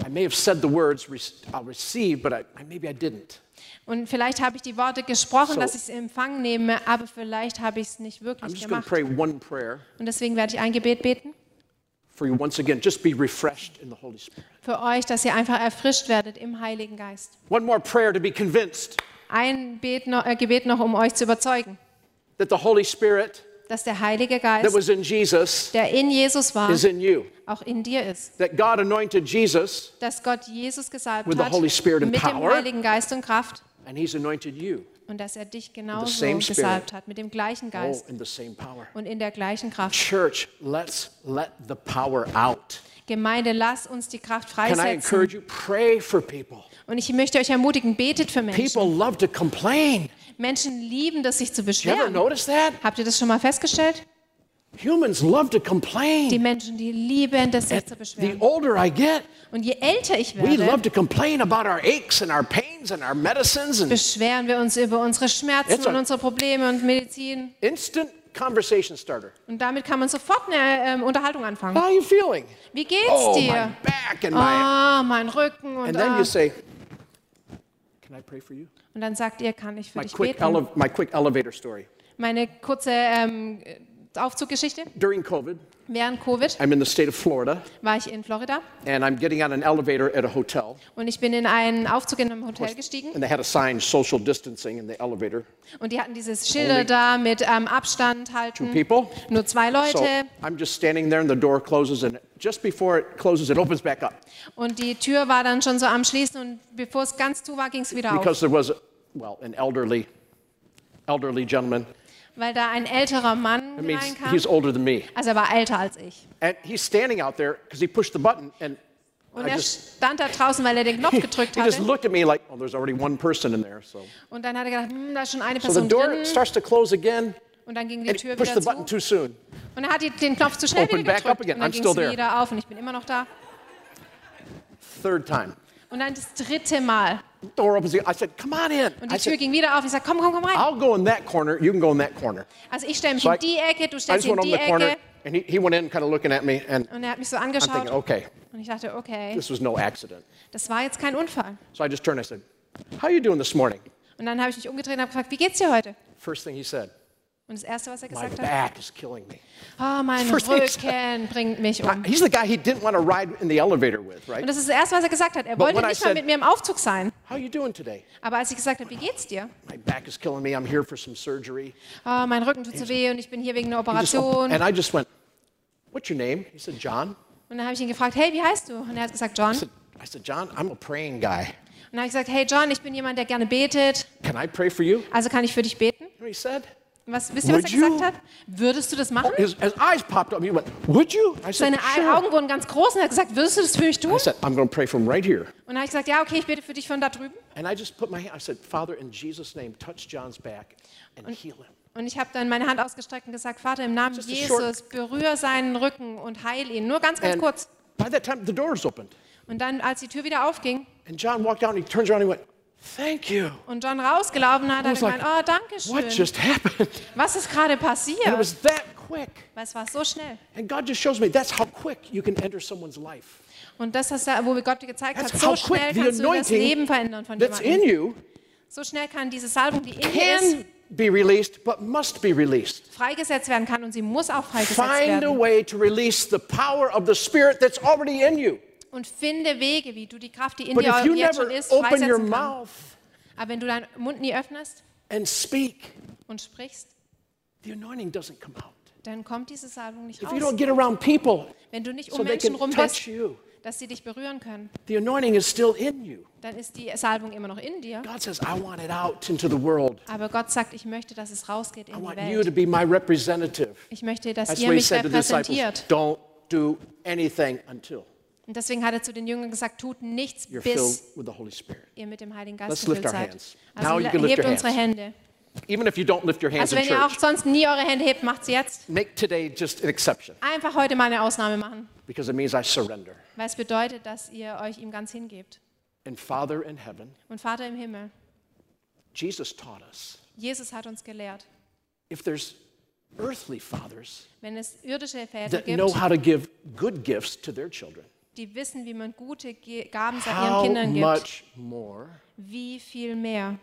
S1: I may have said the words, "Rec- I'll receive, but I, I- maybe I didn't.
S2: Und vielleicht habe ich die Worte gesprochen,
S1: So-
S2: dass ich es in Empfang nehme, aber vielleicht habe ich es nicht
S1: I'm
S2: wirklich
S1: just going
S2: gemacht.
S1: to pray one prayer
S2: Und deswegen werde ich ein Gebet beten
S1: for you once again. Just be refreshed in the Holy Spirit.
S2: für euch, dass ihr einfach erfrischt werdet im Heiligen Geist.
S1: One more prayer to be convinced
S2: Ein Bet noch, äh, Gebet noch, um euch zu überzeugen,
S1: that the Holy Spirit
S2: dass der Heilige
S1: that
S2: Geist,
S1: was in Jesus
S2: der in Jesus war,
S1: is in you.
S2: auch in dir ist.
S1: That God anointed Jesus
S2: dass Gott Jesus gesalbt
S1: With the
S2: hat
S1: Holy Spirit and
S2: mit dem
S1: power.
S2: Heiligen Geist und Kraft
S1: and He's anointed you.
S2: und dass er dich genauso
S1: same
S2: gesalbt
S1: Spirit.
S2: hat mit dem gleichen
S1: Oh,
S2: Geist
S1: in the same power.
S2: und in der gleichen Kraft.
S1: Church, let's let the power out.
S2: Gemeinde, lasst uns die Kraft
S1: Can I
S2: freisetzen.
S1: encourage you? Pray for people.
S2: Und ich möchte euch ermutigen, betet für Menschen.
S1: People love to complain.
S2: Menschen lieben das, sich zu
S1: Do you ever
S2: beschweren.
S1: notice that?
S2: Habt ihr das schon mal festgestellt?
S1: Humans love to
S2: Die
S1: complain.
S2: Menschen, die lieben das, sich zu
S1: The
S2: beschweren.
S1: older I get,
S2: Und je älter ich
S1: we
S2: werde,
S1: love to complain about our aches and our pains and our medicines and
S2: beschweren wir uns über unsere
S1: It's
S2: Schmerzen
S1: a-
S2: und unsere Probleme und Medizin.
S1: instant conversation starter.
S2: Und damit kann man sofort eine ähm, Unterhaltung anfangen.
S1: How are you feeling?
S2: Wie geht's
S1: Oh, my
S2: dir?
S1: back and my.
S2: Ah, mein Rücken und
S1: And
S2: ah.
S1: then you say, Can I pray for you?
S2: Und dann sagt ihr, kann ich für
S1: My
S2: dich
S1: quick,
S2: beten?
S1: ele- my quick elevator story.
S2: Meine kurze ähm, Aufzuggeschichte.
S1: During COVID,
S2: Während Covid
S1: I'm in the state of Florida
S2: war ich in Florida
S1: and I'm getting on an elevator at a hotel.
S2: und ich bin in einen Aufzug in einem Hotel gestiegen
S1: And they had a sign social distancing in the elevator.
S2: und die hatten dieses Schilder da mit ähm, Abstand halten.
S1: People,
S2: Nur zwei
S1: So
S2: Leute
S1: I'm just standing there and the door closes and just before it closes, it opens back up
S2: und die Tür war dann schon so am Schließen und bevor es ganz zu war, ging es wieder auf,
S1: because there was, well, an elderly, elderly gentleman.
S2: weil da ein älterer Mann
S1: I mean, he's-
S2: reinkam.
S1: he's older than me.
S2: Also er war älter als ich.
S1: And he's standing out there because he pushed the button and
S2: Und
S1: I
S2: er
S1: just-
S2: stand da draußen, weil er den Knopf
S1: he
S2: gedrückt
S1: just
S2: hatte.
S1: looked at me like, oh, there's already one person in there. So,
S2: Und dann hat er gedacht, hm, da ist schon eine
S1: so the
S2: Person
S1: door
S2: drin.
S1: starts to close again
S2: Und dann ging die
S1: and he
S2: Tür
S1: pushed
S2: wieder
S1: the button
S2: zu.
S1: too soon.
S2: Und er hat die- den Knopf zu schnell
S1: Open
S2: wieder
S1: back
S2: gedrückt.
S1: up again.
S2: Und dann
S1: I'm
S2: ging
S1: still
S2: es
S1: there.
S2: wieder auf und ich bin immer noch da.
S1: Third time.
S2: Und dann das dritte Mal.
S1: Door opens. again. I said, come on in. I
S2: Und die Tür
S1: said,
S2: ging wieder auf. Ich sage, komm, komm, komm rein.
S1: I'll go in that corner. You can go in that corner.
S2: Also ich stelle mich
S1: So I-
S2: in die Ecke, du
S1: I just
S2: stellst dich in
S1: went over
S2: die
S1: the corner
S2: Ecke.
S1: and he, he went in kind of looking at me and
S2: Und er hat mich so
S1: I'm thinking,
S2: angeschaut.
S1: okay,
S2: Und ich dachte, okay,
S1: this was no accident.
S2: das war jetzt kein Unfall.
S1: So I just turned. I said, "How you doing this morning?"
S2: Und dann habe ich mich umgedreht und habe gefragt, wie geht's dir heute?
S1: First thing he said,
S2: Und das Erste, was er
S1: My
S2: gesagt hat,
S1: back is killing me.
S2: ah, mein
S1: First thing he said.
S2: Rücken bringt mich um.
S1: He's the guy he didn't want to ride in the elevator with,
S2: Und
S1: right?
S2: das ist das Erste, was er gesagt hat. Er
S1: But
S2: wollte
S1: when I
S2: nicht mal
S1: said-
S2: mit mir im Aufzug sein.
S1: How you doing today?
S2: Aber als ich gesagt habe, wie geht's dir?
S1: My back is killing me. I'm here for some surgery.
S2: Ah, mein Rücken tut so weh und ich bin hier wegen einer
S1: He just-
S2: Operation.
S1: and I just went, "What's your name?" He said, "John."
S2: Und dann habe ich ihn gefragt, hey, wie heißt du? Und er hat gesagt, John.
S1: I said, I said, "John, I'm a praying guy.
S2: Und dann habe ich gesagt, hey, John, ich bin jemand, der gerne betet.
S1: Can I pray for you?" You
S2: Also kann ich für dich beten?
S1: know what he said?
S2: Was, wisst ihr, was
S1: Would
S2: er gesagt
S1: you?
S2: hat? Würdest du das machen?
S1: His, his eyes popped up. He went, "Would you?" I said,
S2: Seine
S1: "Sure."
S2: Augen wurden ganz groß und er hat gesagt, würdest du das für mich tun?
S1: I
S2: Und
S1: said, "I'm going to pray from right here."
S2: dann habe ich gesagt, ja, okay, ich bete für dich von da drüben.
S1: And I just put my hand. I said, "Father, in Jesus' name, touch John's back and heal him."
S2: Und ich habe dann meine Hand ausgestreckt und gesagt, Vater, im Namen
S1: Just a short-
S2: Jesus, berühr seinen Rücken und heil ihn. Nur ganz, ganz
S1: And
S2: kurz.
S1: by that time, the doors opened,
S2: Und dann, als die Tür wieder aufging
S1: and John walked out. And he turns around. and He went, "Thank you."
S2: und John rausgelaufen hat,
S1: I
S2: hat er
S1: was like,
S2: gemeint, oh, danke
S1: What
S2: schön.
S1: just happened?
S2: Was ist gerade
S1: And it
S2: passiert?
S1: was that quick.
S2: Weil es war so schnell.
S1: And God just shows me that's how quick you can enter someone's life.
S2: Und das, was er- wo Gott dir gezeigt hat,
S1: That's
S2: so
S1: how quick
S2: schnell
S1: the
S2: kannst du das
S1: anointing
S2: Leben verändern von
S1: That's in
S2: jemandem.
S1: you
S2: So schnell kann diese Salbung, die in dir ist,
S1: can be released, but must be released.
S2: freigesetzt werden kann und sie muss auch freigesetzt
S1: Find a
S2: werden.
S1: way to release the power of the Spirit that's already in you.
S2: Und finde Wege, wie du die Kraft, die in
S1: But
S2: dir
S1: if you
S2: jetzt schon
S1: never
S2: ist,
S1: open your
S2: freisetzen kannst.
S1: mouth
S2: Aber wenn du deinen Mund nie öffnest
S1: and speak,
S2: und sprichst,
S1: the anointing doesn't come out.
S2: dann kommt diese Salbung nicht
S1: If you
S2: raus.
S1: don't get around people
S2: Wenn du nicht
S1: so
S2: um
S1: they
S2: Menschen
S1: can
S2: rum
S1: touch
S2: bist,
S1: you,
S2: dass sie dich berühren können,
S1: the anointing is still in you.
S2: dann ist die Salbung immer noch in dir.
S1: God says, I want it out into the world.
S2: Aber Gott sagt, ich möchte, dass es rausgeht
S1: I
S2: in die
S1: want you to
S2: Welt.
S1: be my representative.
S2: Ich möchte, dass
S1: That's
S2: ihr
S1: what he
S2: mich
S1: said to the disciples.
S2: repräsentiert.
S1: Don't do anything until
S2: Und deswegen hat er zu den Jüngern gesagt, tut nichts,
S1: you're filled
S2: bis
S1: with the Holy Spirit.
S2: ihr mit dem Heiligen
S1: Let's
S2: Geist
S1: lift
S2: erfüllt
S1: our
S2: seid.
S1: hands. Now
S2: Also
S1: you can lift
S2: hebt
S1: your
S2: unsere
S1: hands.
S2: Hände.
S1: Even if you don't lift your hands
S2: Also
S1: in
S2: wenn ihr auch
S1: church,
S2: sonst nie eure Hände hebt, macht's jetzt.
S1: make today just an exception
S2: einfach heute mal eine Ausnahme machen,
S1: because it means I surrender.
S2: weil es bedeutet, dass ihr euch ihm ganz hingebt.
S1: And Father in heaven,
S2: Und Vater im Himmel,
S1: Jesus taught us
S2: Jesus hat uns gelehrt,
S1: if there's earthly fathers
S2: wenn es irdische Väter
S1: that know
S2: gibt,
S1: how to give good gifts to their children,
S2: die wissen, wie man gute Ge- Gaben ihren
S1: how
S2: Kindern gibt,
S1: much more
S2: wie viel mehr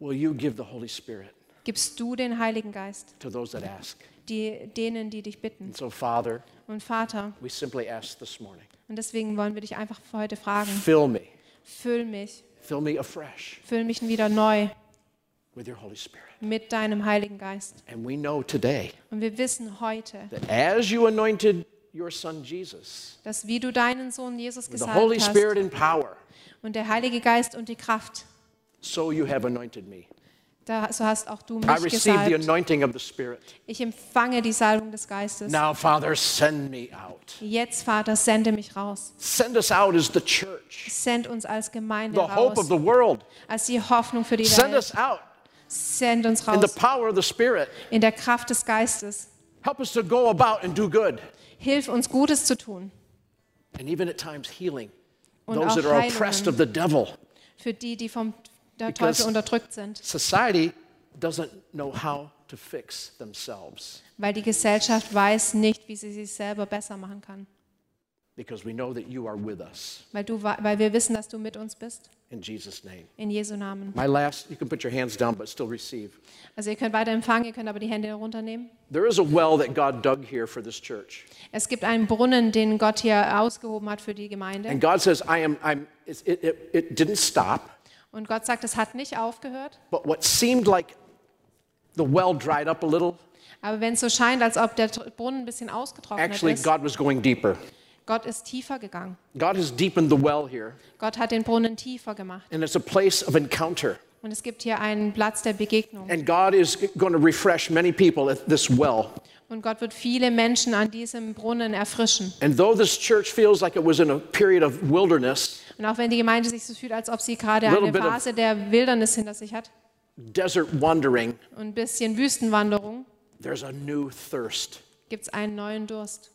S1: will you give the Holy Spirit
S2: gibst du den Heiligen Geist,
S1: to those that ask?
S2: die, denen, die dich bitten.
S1: And so, Father,
S2: Und Vater,
S1: we simply ask this morning
S2: und deswegen wollen wir dich einfach für heute fragen,
S1: fill me,
S2: füll mich,
S1: fill me afresh
S2: füll mich wieder neu
S1: with your Holy Spirit.
S2: mit deinem Heiligen Geist.
S1: And we know today
S2: Und wir wissen heute,
S1: that as you anointed your son Jesus
S2: dass wie du deinen Sohn Jesus
S1: with the
S2: gesalbt
S1: Holy
S2: hast
S1: Spirit and power,
S2: und der Heilige Geist und die Kraft,
S1: so you have anointed me.
S2: Da, so hast auch du
S1: I
S2: mich
S1: receive the
S2: gesalbt.
S1: anointing of the Spirit.
S2: Ich empfange die Salbung des Geistes.
S1: Now, Father, send me out.
S2: Jetzt, Vater, sende mich raus.
S1: Send us out as the church,
S2: Send uns als Gemeinde
S1: the hope of
S2: raus,
S1: the world.
S2: als die Hoffnung für die
S1: Send
S2: Welt.
S1: us out
S2: Send uns
S1: in the
S2: raus
S1: power of the Spirit.
S2: in der Kraft des Geistes.
S1: Help us to go about and do good,
S2: Hilf uns, Gutes zu tun
S1: and even at times healing
S2: Und
S1: those
S2: auch
S1: that are oppressed
S2: Heilungen.
S1: of the devil.
S2: für die, die vom der
S1: Because-
S2: Teufel unterdrückt sind,
S1: Society doesn't know how to fix themselves
S2: weil die Gesellschaft weiß nicht, wie sie sich selber besser machen kann.
S1: because we know that you are with us
S2: Weil, du, wa- weil wir wissen, dass du mit uns bist.
S1: in Jesus' name.
S2: In Jesu Namen.
S1: My last, you can put your hands down but still receive.
S2: Also ihr könnt weiter empfangen, ihr könnt aber die Hände runternehmen.
S1: There is a well that God dug here for this church.
S2: Es gibt einen Brunnen, den Gott hier ausgehoben hat für die Gemeinde.
S1: And God says, I am, I'm, it's- it, it, it didn't stop,
S2: Und Gott sagt, es hat nicht aufgehört.
S1: but what seemed like the well dried up a little,
S2: Aber wenn es so scheint, als ob der Tr- Brunnen ein bisschen ausgetrocknet
S1: actually,
S2: ist,
S1: God was going deeper.
S2: Gott ist tiefer gegangen.
S1: God has deepened the well here,
S2: Gott hat den Brunnen tiefer gemacht.
S1: and it's a place of encounter.
S2: Und es gibt hier einen Platz der Begegnung.
S1: And God is going to refresh many people at this well.
S2: Und Gott wird viele Menschen an diesem Brunnen erfrischen.
S1: And though this church feels like it was in a period of wilderness,
S2: Und auch wenn die Gemeinde sich so fühlt, als ob sie gerade
S1: Little
S2: eine
S1: bit of-
S2: Phase der Wildernis hinter sich hat
S1: desert wandering,
S2: und ein bisschen Wüstenwanderung,
S1: there's a new thirst.
S2: gibt es einen neuen Durst.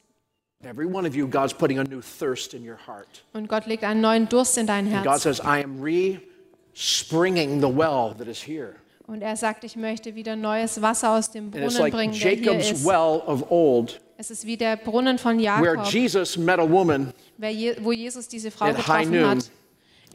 S1: Every one of you, God's putting a new thirst in your heart.
S2: Und Gott legt einen neuen Durst in dein
S1: And God
S2: Herz.
S1: says, I am re springing the well that is here.
S2: Und er sagt, ich möchte wieder neues Wasser aus dem
S1: And it's
S2: Brunnen
S1: like
S2: bringen, der hier
S1: Jacob's
S2: ist.
S1: well of old,
S2: Es ist wie der Brunnen von
S1: where
S2: Jakob.
S1: Jesus met a woman
S2: wer Je wo Jesus diese Frau
S1: At high
S2: getroffen
S1: noon.
S2: hat,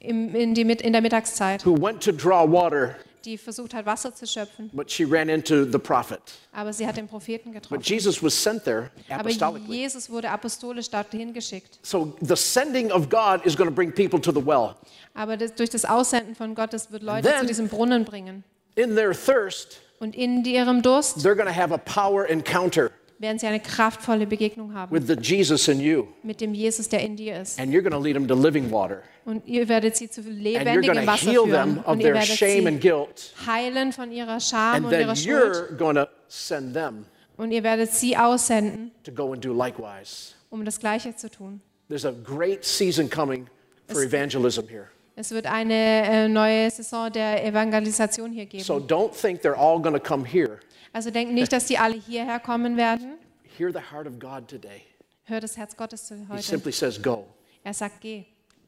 S2: im, in, die, Mit- in der Mittagszeit,
S1: who went to draw water
S2: die versucht hat, Wasser zu schöpfen.
S1: But she ran into the prophet.
S2: Aber sie hat den Propheten
S1: But
S2: getroffen.
S1: Jesus was sent there
S2: Aber
S1: apostolically.
S2: Jesus wurde apostolisch dorthin geschickt.
S1: So the sending of God is going to bring people to the well.
S2: Aber das, durch das Aussenden von Gottes wird Leute
S1: then-
S2: zu diesem Brunnen bringen.
S1: In their thirst,
S2: Und in ihrem Durst
S1: they're going to have a power encounter
S2: werden sie eine kraftvolle Begegnung haben
S1: with the Jesus in you.
S2: mit dem Jesus, der in dir ist.
S1: And you're going to lead them to living water.
S2: Und ihr werdet sie zu
S1: And you're going
S2: lebendigem
S1: to
S2: Wasser
S1: heal them
S2: führen.
S1: of
S2: Und ihr
S1: their
S2: werdet
S1: shame and
S2: sie
S1: guilt.
S2: heilen von ihrer Scham
S1: And
S2: und
S1: then
S2: ihrer Schuld.
S1: you're going to send them
S2: Und ihr werdet sie aussenden,
S1: to go and do likewise.
S2: um das Gleiche zu tun.
S1: There's a great season coming for evangelism here.
S2: Es wird eine äh, neue Saison der Evangelisation hier geben.
S1: So don't think they're all going to come here.
S2: Also denkt nicht, dass die alle hierher kommen werden.
S1: Hear the heart of God today.
S2: Hör das Herz Gottes zu
S1: He
S2: heute.
S1: simply says, Go,
S2: Er sagt, geh,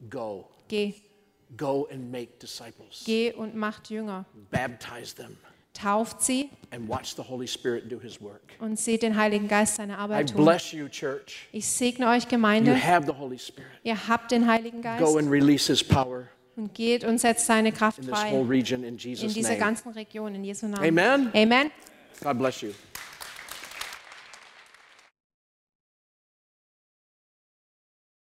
S1: go,
S2: geh,
S1: go and make disciples,
S2: geh und macht Jünger.
S1: baptize them,
S2: Tauft sie
S1: and watch the Holy Spirit do His work.
S2: und seht den Heiligen Geist seine
S1: I
S2: Arbeit tun.
S1: bless you, church.
S2: Ich segne euch
S1: You
S2: Gemeinde.
S1: have the Holy Spirit.
S2: Ihr habt den Heiligen Geist
S1: Go and release His power
S2: und geht und setzt seine Kraft
S1: in this whole
S2: frei
S1: region in
S2: in
S1: Jesus'
S2: dieser
S1: name.
S2: ganzen Region in Jesu Namen.
S1: Amen.
S2: Amen.
S1: God bless you.